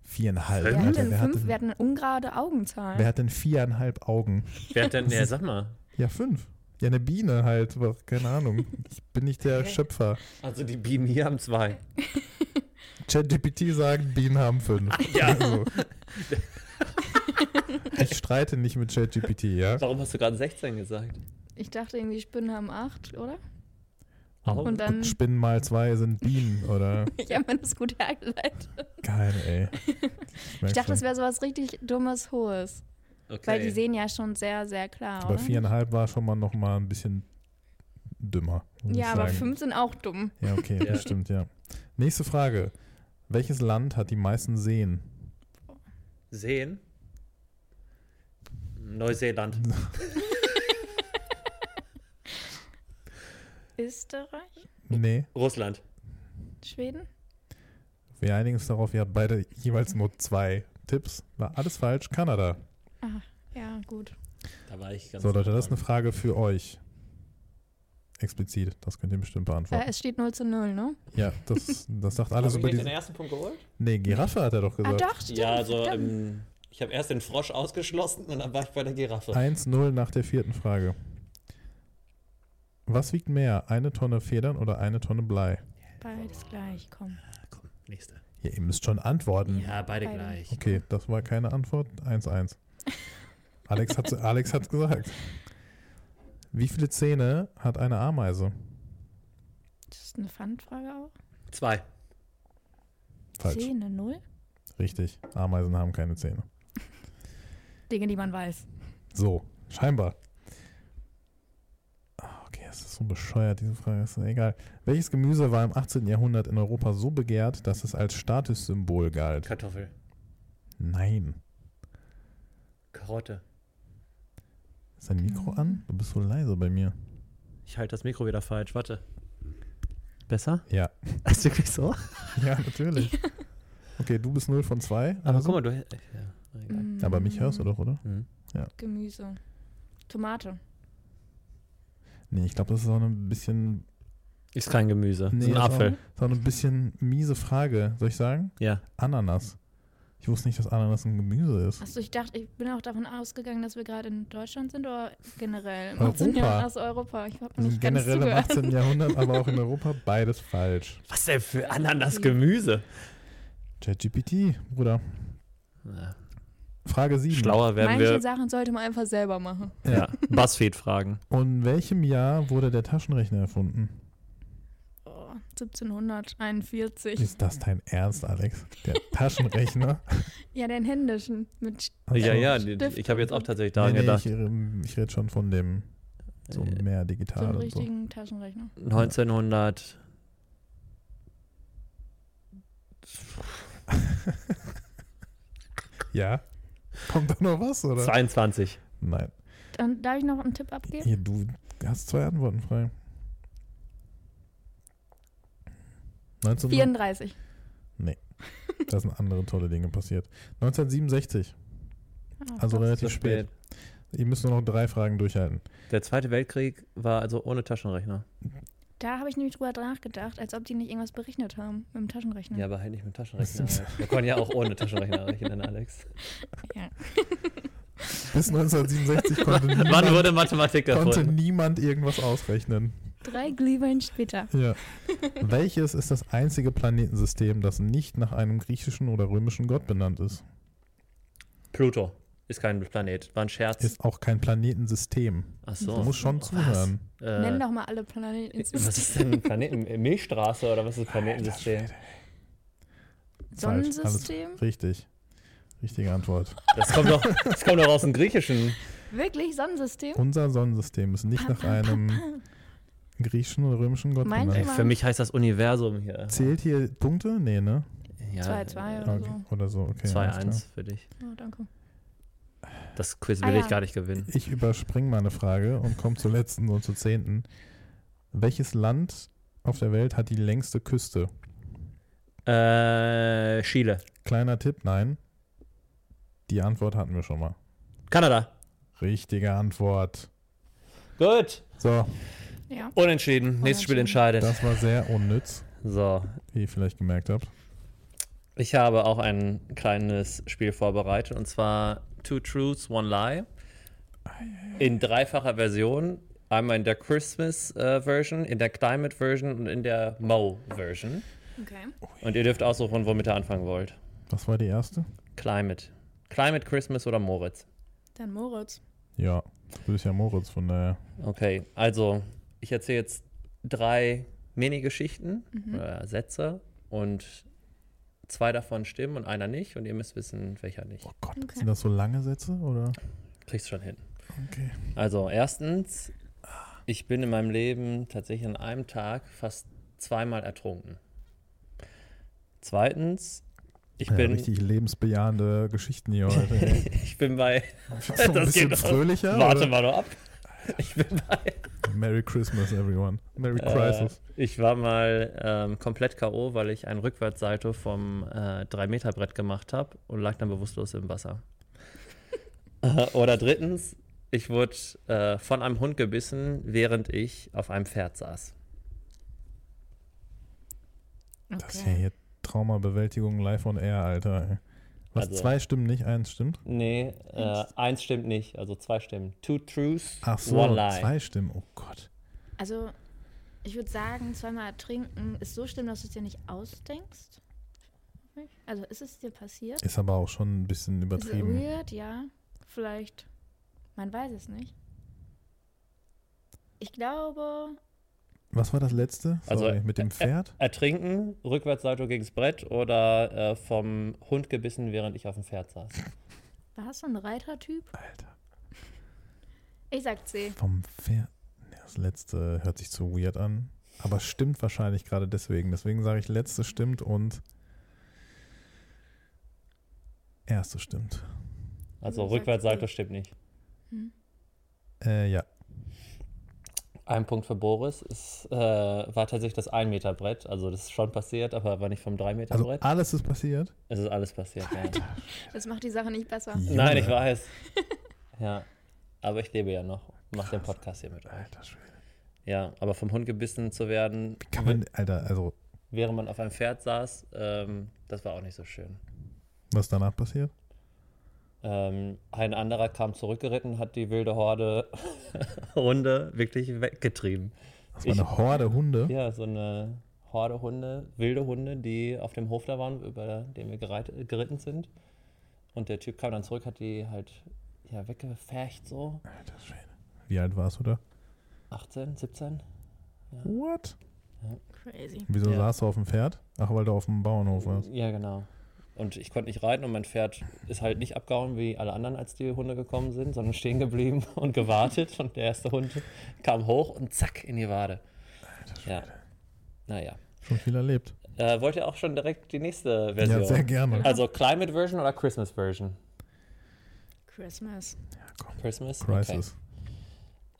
Speaker 3: Viereinhalb.
Speaker 4: Wir
Speaker 2: Fünf?
Speaker 4: hatten
Speaker 3: Alter,
Speaker 4: denn
Speaker 3: wer, hat
Speaker 4: fünf, wir
Speaker 3: denn,
Speaker 4: hatten eine ungerade Augenzahl.
Speaker 3: wer hat denn viereinhalb Augen?
Speaker 2: Wer hat denn, ja, sag (laughs) mal.
Speaker 3: Ja, fünf. Ja, eine Biene halt. (laughs) aber Keine Ahnung. Ich bin nicht der Schöpfer.
Speaker 2: Also die Bienen hier haben zwei.
Speaker 3: ChatGPT sagt, Bienen haben fünf.
Speaker 2: Ja.
Speaker 3: Also. Ich streite nicht mit ChatGPT, ja?
Speaker 2: Warum hast du gerade 16 gesagt?
Speaker 4: Ich dachte irgendwie, Spinnen haben acht,
Speaker 2: (laughs)
Speaker 4: oder?
Speaker 2: Warum?
Speaker 4: Und dann,
Speaker 3: Und Spinnen mal zwei sind Bienen, oder?
Speaker 4: ich habe mir das gut hergeleitet.
Speaker 3: Geil, ey.
Speaker 4: (laughs) Ich dachte, das wäre sowas richtig Dummes, Hohes.
Speaker 2: okay.
Speaker 4: Weil die sehen ja schon sehr, sehr klar,
Speaker 3: Aber
Speaker 4: oder?
Speaker 3: viereinhalb war schon mal noch mal ein bisschen dümmer. muss ich
Speaker 4: Ja, aber
Speaker 3: sagen.
Speaker 4: fünf sind auch dumm.
Speaker 3: Ja, okay,
Speaker 4: (laughs)
Speaker 2: Ja.
Speaker 3: das stimmt, ja. Nächste Frage. Welches Land hat die meisten Seen?
Speaker 2: Sehen?
Speaker 3: (laughs)
Speaker 2: Neuseeland.
Speaker 4: Österreich?
Speaker 3: Nee,
Speaker 2: Russland.
Speaker 4: Schweden?
Speaker 3: wir einigen uns darauf, ihr habt beide jeweils nur zwei Tipps. War alles falsch, Kanada.
Speaker 4: Ja, gut.
Speaker 2: Da war ich ganz
Speaker 3: So, Leute, das ist eine
Speaker 2: dran.
Speaker 3: Frage für euch. Explizit, das könnt ihr bestimmt
Speaker 4: Äh,
Speaker 3: beantworten.
Speaker 4: es steht 0 zu 0, ne?
Speaker 3: Ja, das, das sagt
Speaker 2: (laughs)
Speaker 3: alles
Speaker 2: Hab
Speaker 3: über
Speaker 2: ich nicht
Speaker 3: diese.
Speaker 2: den ersten Punkt geholt?
Speaker 3: Nee, Giraffe hat er doch
Speaker 4: Ah,
Speaker 3: gesagt.
Speaker 4: doch, stimmt.
Speaker 2: ja, also
Speaker 4: verdammt.
Speaker 2: ähm, ich habe erst den Frosch ausgeschlossen und dann war ich bei der Giraffe.
Speaker 3: 1-0 nach der vierten Frage. Was wiegt mehr, eine Tonne Federn oder eine Tonne Blei?
Speaker 4: Beides gleich, komm.
Speaker 2: Komm, nächste.
Speaker 3: Ja, ihr müsst schon antworten.
Speaker 2: Ja, beide,
Speaker 4: Beide.
Speaker 2: gleich.
Speaker 3: Okay, das war keine Antwort. 1-1. Alex hat Alex hat's gesagt. Wie viele Zähne hat eine Ameise?
Speaker 4: Das ist eine Pfandfrage auch.
Speaker 2: Zwei.
Speaker 3: Falsch.
Speaker 4: Zähne, null?
Speaker 3: Richtig. Ameisen haben keine Zähne.
Speaker 4: Dinge, die man weiß.
Speaker 3: So, scheinbar. Ah, Okay, das ist so bescheuert, diese Frage. Ist egal. Welches Gemüse war im 18. Jahrhundert in Europa so begehrt, dass es als Statussymbol galt?
Speaker 2: Kartoffel.
Speaker 3: Nein.
Speaker 2: Karotte.
Speaker 3: Ist dein Mikro an? Du bist so leise bei mir.
Speaker 2: Ich halte das Mikro wieder falsch. Warte. Besser? (laughs)
Speaker 3: Ja.
Speaker 2: Ist wirklich so?
Speaker 3: Ja, natürlich. Okay, du bist 0 von 2.
Speaker 2: Aber guck mal, du. Ja, egal.
Speaker 4: Mm,
Speaker 3: Aber mich hörst du doch, oder?
Speaker 2: Mhm.
Speaker 4: Gemüse. Tomate.
Speaker 3: Nee, ich glaube, das ist auch ein bisschen,
Speaker 2: Ist kein Gemüse.
Speaker 3: Nee,
Speaker 2: ist ein
Speaker 3: ist auch-
Speaker 2: Apfel.
Speaker 3: ist auch eine bisschen miese Frage, soll ich sagen?
Speaker 2: Ja.
Speaker 3: Ananas. Ich wusste nicht, dass Ananas ein Gemüse ist.
Speaker 4: Achso, ich dachte, ich bin auch davon ausgegangen, dass wir gerade in Deutschland sind oder generell im
Speaker 3: Europa.
Speaker 4: 18. Jahrhundert aus Europa. Ich habe
Speaker 3: Also
Speaker 4: nicht ganz
Speaker 3: generell im
Speaker 4: zugehört. (laughs)
Speaker 3: 18. Jahrhundert, aber auch in Europa, beides falsch.
Speaker 2: Was denn für Ananas-Gemüse?
Speaker 3: ChatGPT, Bruder.
Speaker 2: Ja.
Speaker 3: Frage 7.
Speaker 2: Schlauer (laughs) werden
Speaker 4: Manche
Speaker 2: wir.
Speaker 4: Sachen sollte man einfach selber machen.
Speaker 2: Ja. Buzzfeed fragen.
Speaker 3: Und in welchem Jahr wurde der Taschenrechner erfunden?
Speaker 4: Oh, 1741.
Speaker 3: Ist das dein Ernst, Alex? Der Taschenrechner?
Speaker 4: Ja, den händischen. Mit
Speaker 3: Also,
Speaker 2: ja, ja,
Speaker 4: Stift
Speaker 2: die- ich habe jetzt auch tatsächlich
Speaker 3: Nee,
Speaker 2: daran
Speaker 3: nee,
Speaker 2: gedacht.
Speaker 3: ich ähm, ich rede schon von dem so
Speaker 2: Äh,
Speaker 3: mehr
Speaker 4: so einem
Speaker 3: digital und so.
Speaker 4: richtigen Taschenrechner.
Speaker 2: 1900.
Speaker 3: Ja? Kommt da noch was, oder?
Speaker 2: 22.
Speaker 3: Nein.
Speaker 4: Dann darf ich noch einen Tipp abgeben?
Speaker 3: Hier, du hast zwei Antworten frei. 19
Speaker 4: 34.
Speaker 3: Da sind andere tolle Dinge passiert. 1967,
Speaker 4: Ah,
Speaker 3: also
Speaker 4: krass.
Speaker 3: relativ spät. Ihr müsst nur noch drei Fragen durchhalten.
Speaker 2: Der Zweite Weltkrieg war also ohne Taschenrechner.
Speaker 4: Da habe ich nämlich drüber nachgedacht, als ob die nicht irgendwas berechnet haben mit dem Taschenrechner.
Speaker 2: Ja, aber halt nicht mit Taschenrechner. Wir konnten ja auch ohne Taschenrechner rechnen, Alex. (laughs)
Speaker 3: Bis 1967
Speaker 2: (laughs)
Speaker 3: konnte,
Speaker 2: Wann
Speaker 3: niemand,
Speaker 2: wurde Mathematik
Speaker 3: konnte
Speaker 2: erfunden?
Speaker 3: niemand irgendwas ausrechnen.
Speaker 4: Drei Glühwein später.
Speaker 2: (laughs)
Speaker 3: Ja. Welches ist das einzige Planetensystem, das nicht nach einem griechischen oder römischen Gott benannt ist?
Speaker 2: Pluto ist kein Planet, war ein Scherz.
Speaker 3: Ist auch kein Planetensystem.
Speaker 2: Ach
Speaker 3: Du
Speaker 2: so.
Speaker 3: musst schon
Speaker 2: Was?
Speaker 3: zuhören.
Speaker 4: Nenn
Speaker 2: Äh,
Speaker 4: doch mal alle Planeten. ins
Speaker 2: was
Speaker 4: System.
Speaker 2: ist denn ein Planeten? Milchstraße oder was ist ein Planetensystem?
Speaker 3: Falsch, alles
Speaker 4: Sonnensystem?
Speaker 3: Richtig. Richtige Antwort.
Speaker 2: Das kommt doch, das kommt doch aus dem Griechischen.
Speaker 4: Wirklich Sonnensystem?
Speaker 3: Unser Sonnensystem ist nicht nach einem griechischen oder römischen Gott
Speaker 4: Meint
Speaker 2: Ey,
Speaker 3: benannt.
Speaker 4: ihr?
Speaker 2: für mich heißt das Universum hier.
Speaker 3: Zählt hier Punkte? Nee, ne?
Speaker 2: Ja,
Speaker 4: 2-2
Speaker 2: äh,
Speaker 4: oder
Speaker 3: Okay. Oder so, okay. alles klar.
Speaker 2: 2-1 für dich.
Speaker 4: Oh, danke.
Speaker 2: Das Quiz
Speaker 4: Ah,
Speaker 2: will
Speaker 4: ja.
Speaker 2: ich gar nicht gewinnen.
Speaker 3: Ich überspringe mal eine Frage und komme zur letzten und zur zehnten. Welches Land auf der Welt hat die längste Küste?
Speaker 2: Äh, Chile.
Speaker 3: Kleiner Tipp, nein. Die Antwort hatten wir schon mal.
Speaker 2: Kanada.
Speaker 3: Richtige Antwort.
Speaker 2: Gut.
Speaker 3: So,
Speaker 4: Ja.
Speaker 2: Unentschieden. Nächstes Spiel
Speaker 4: Unentschieden.
Speaker 2: entscheidet.
Speaker 3: das war sehr unnütz,
Speaker 2: So.
Speaker 3: wie ihr vielleicht gemerkt habt.
Speaker 2: Ich habe auch ein kleines Spiel vorbereitet und zwar Two Truths, One Lie. In dreifacher Version. äh, Einmal in der Christmas-Version, in der Climate-Version und in der Mo-Version.
Speaker 4: Okay.
Speaker 2: Und ihr dürft aussuchen, womit ihr anfangen wollt.
Speaker 3: Was war die erste?
Speaker 2: Climate. Climate, Christmas oder Moritz.
Speaker 4: Dann Moritz.
Speaker 3: Ja, du bist ja Moritz, von daher.
Speaker 2: Okay, also ich erzähle jetzt drei Mini-Geschichten
Speaker 4: Mhm.
Speaker 2: oder Sätze und zwei davon stimmen und einer nicht und ihr müsst wissen, welcher nicht.
Speaker 3: Oh Gott,
Speaker 4: Okay.
Speaker 3: sind das so lange Sätze oder?
Speaker 2: Kriegst schon hin.
Speaker 3: Okay.
Speaker 2: Also erstens, ich bin in meinem Leben tatsächlich an einem Tag fast zweimal ertrunken. Zweitens, ich
Speaker 3: ja,
Speaker 2: bin,
Speaker 3: richtig lebensbejahende Geschichten hier (laughs) heute.
Speaker 2: (laughs) ich bin bei,
Speaker 3: so ein
Speaker 2: (laughs) Das
Speaker 3: bisschen
Speaker 2: geht auch.
Speaker 3: fröhlicher.
Speaker 2: warte
Speaker 3: oder?
Speaker 2: mal noch ab. (laughs) Ich bin bei
Speaker 3: Merry Christmas, everyone. Merry
Speaker 2: Äh,
Speaker 3: Crisis.
Speaker 2: ich war mal ähm, komplett K.O., weil ich ein Rückwärtssalto vom äh, 3-Meter-Brett gemacht habe und lag dann bewusstlos im Wasser. äh, oder drittens, ich wurde äh, von einem Hund gebissen, während ich auf einem Pferd saß.
Speaker 3: Das ist ja hier Traumabewältigung live on air, Alter. ey. Was,
Speaker 2: Also-
Speaker 3: zwei stimmen nicht, eins stimmt?
Speaker 2: Nee, äh, eins stimmt nicht, also zwei stimmen. Two truths,
Speaker 3: Ach so,
Speaker 2: one lie.
Speaker 3: zwei stimmen. Oh Gott.
Speaker 4: Also, ich würde sagen, zweimal ertrinken ist so schlimm, dass du es dir nicht ausdenkst. Also, ist es dir passiert?
Speaker 3: Ist aber auch schon ein bisschen
Speaker 4: Ist es
Speaker 3: übertrieben.
Speaker 4: weird, ja. Vielleicht. Man weiß es nicht. Ich glaube,
Speaker 3: Was war das letzte?
Speaker 2: Also,
Speaker 3: Sorry, mit dem Pferd?
Speaker 2: Ertrinken, Rückwärtssalto gegens Brett oder äh, vom Hund gebissen, während ich auf dem Pferd saß.
Speaker 4: warst du ein Reitertyp?
Speaker 3: Alter,
Speaker 4: Ich sag C.
Speaker 3: vom Pferd. Nee, Das letzte hört sich zu weird an. Aber stimmt wahrscheinlich gerade deswegen. Deswegen sage ich, letzte stimmt und erste stimmt.
Speaker 2: Also
Speaker 4: Du sagst
Speaker 2: Rückwärtssalto
Speaker 4: B.
Speaker 2: stimmt nicht.
Speaker 3: Äh, ja.
Speaker 2: Ein Punkt für Boris. Es äh, war tatsächlich das 1-Meter-Brett. Also, das ist schon passiert, aber war nicht vom
Speaker 3: Also
Speaker 2: 3-Meter-Brett.
Speaker 3: alles ist passiert.
Speaker 2: es ist alles passiert. Ja.
Speaker 4: Das macht die Sache nicht besser.
Speaker 3: Junge.
Speaker 2: Nein, ich weiß. Ja. Aber ich lebe ja noch. Mach den
Speaker 3: Krass.
Speaker 2: Podcast hier mit euch.
Speaker 3: Alter Schwede.
Speaker 2: Ja, aber vom Hund gebissen zu werden,
Speaker 3: Kann man, Alter, also
Speaker 2: während man auf einem Pferd saß, ähm, das war auch nicht so schön.
Speaker 3: was danach passiert?
Speaker 2: Ähm, ein anderer kam zurückgeritten, hat die wilde Horde (laughs) Hunde wirklich weggetrieben.
Speaker 3: Das war
Speaker 2: Ich-
Speaker 3: eine Horde Hunde.
Speaker 2: Ja, so eine Horde Hunde, wilde Hunde, die auf dem Hof da waren, über den wir gereit, geritten sind. Und der Typ kam dann zurück, hat die halt ja, weggefercht, so.
Speaker 3: Alter Schwede. Wie alt warst du da?
Speaker 2: 18, 17?
Speaker 3: What?
Speaker 4: Crazy.
Speaker 3: Wieso
Speaker 2: Ja.
Speaker 3: saßt du auf dem Pferd? Ach, weil du auf dem Bauernhof warst.
Speaker 2: Ja, genau. Und ich konnte nicht reiten und mein Pferd ist halt nicht abgehauen wie alle anderen, als die Hunde gekommen sind, sondern stehen geblieben (laughs) und gewartet. Und der erste Hund kam hoch und zack in die Wade. Ja. Naja.
Speaker 3: Schon viel erlebt.
Speaker 2: Äh, wollt ihr auch schon direkt die nächste Version?
Speaker 3: Ja, sehr gerne.
Speaker 2: Also Climate Version oder Christmas Version?
Speaker 4: Christmas.
Speaker 2: Christmas? Okay.
Speaker 3: Crisis.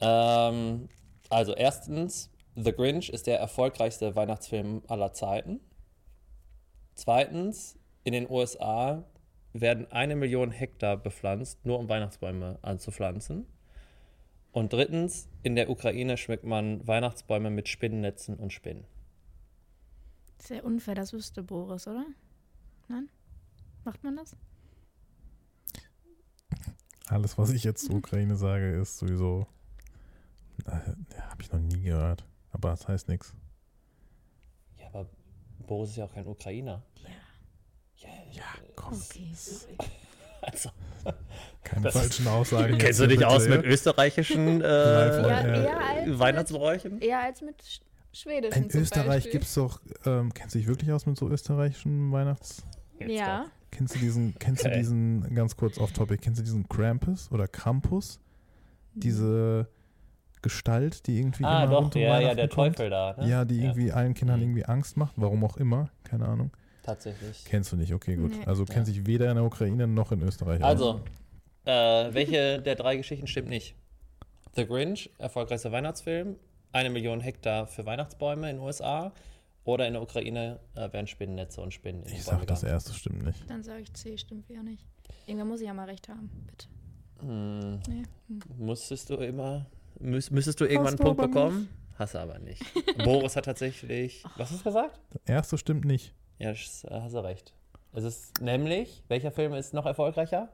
Speaker 2: Ähm, also erstens, The Grinch ist der erfolgreichste Weihnachtsfilm aller Zeiten. Zweitens, in den USA werden eine Million Hektar bepflanzt, nur um Weihnachtsbäume anzupflanzen. Und drittens, in der Ukraine schmückt man Weihnachtsbäume mit Spinnennetzen und Spinnen.
Speaker 4: Ist ja unfair, das wüsste Boris, oder? Nein? Macht man das?
Speaker 3: Alles, was ich jetzt zur Ukraine sage, ist sowieso. Äh, ja, Habe ich noch nie gehört. Aber das heißt nichts.
Speaker 2: Ja, aber Boris ist ja auch kein Ukrainer. Ja.
Speaker 3: Ja, komm.
Speaker 4: Okay.
Speaker 2: Also,
Speaker 3: Keine
Speaker 2: Das-
Speaker 3: falschen
Speaker 2: (laughs)
Speaker 3: Aussagen.
Speaker 2: kennst
Speaker 3: jetzt
Speaker 2: du
Speaker 3: hier
Speaker 2: dich
Speaker 3: bitte,
Speaker 2: aus
Speaker 3: ja?
Speaker 2: mit österreichischen
Speaker 3: Live
Speaker 2: äh,
Speaker 3: on air.
Speaker 4: Ja, eher als
Speaker 2: Weihnachtsbräuchen?
Speaker 4: Eher als mit Sch Schwedischen.
Speaker 3: In
Speaker 4: zum
Speaker 3: Österreich
Speaker 4: Beispiel.
Speaker 3: gibt es doch. Ähm, kennst du dich wirklich aus mit so österreichischen Weihnachts.
Speaker 2: Jetzt
Speaker 4: Ja.
Speaker 3: Kennst du diesen, kennst
Speaker 2: Okay.
Speaker 3: du diesen, ganz kurz off topic, kennst du diesen Krampus oder Krampus? Diese Gestalt, die irgendwie
Speaker 2: Ah,
Speaker 3: immer
Speaker 2: doch,
Speaker 3: rund um
Speaker 2: ja, ja,
Speaker 3: Weihnachten
Speaker 2: der
Speaker 3: kommt?
Speaker 2: Teufel da. Ne? Mhm.
Speaker 3: Ja, die irgendwie allen Kindern irgendwie Angst macht, warum auch immer, keine Ahnung.
Speaker 2: Tatsächlich.
Speaker 3: Kennst du nicht, okay, gut.
Speaker 4: Nee.
Speaker 3: Also kennt sich weder in der Ukraine noch in Österreich. aus.
Speaker 2: Also, äh, welche der drei Geschichten stimmt nicht? The Grinch, erfolgreichster Weihnachtsfilm, eine Million Hektar für Weihnachtsbäume in den USA oder in der Ukraine äh, werden Spinnennetze und Spinnen in die
Speaker 3: ich
Speaker 2: Bäume
Speaker 3: sag, das
Speaker 2: gehangen.
Speaker 3: erste stimmt nicht.
Speaker 4: Dann sage ich C, stimmt ja nicht. Irgendwann muss ich ja mal recht haben, bitte.
Speaker 2: Hm,
Speaker 4: Nee.
Speaker 2: musstest du immer, müß, müsstest du irgendwann einen
Speaker 3: Hast du
Speaker 2: Punkt
Speaker 3: aber
Speaker 2: bekommen? Hast du aber nicht. Boris hat tatsächlich, was hast du gesagt?
Speaker 3: Das erste stimmt nicht.
Speaker 2: Ja, das, äh, hast du recht. Es ist nämlich, welcher Film ist noch erfolgreicher?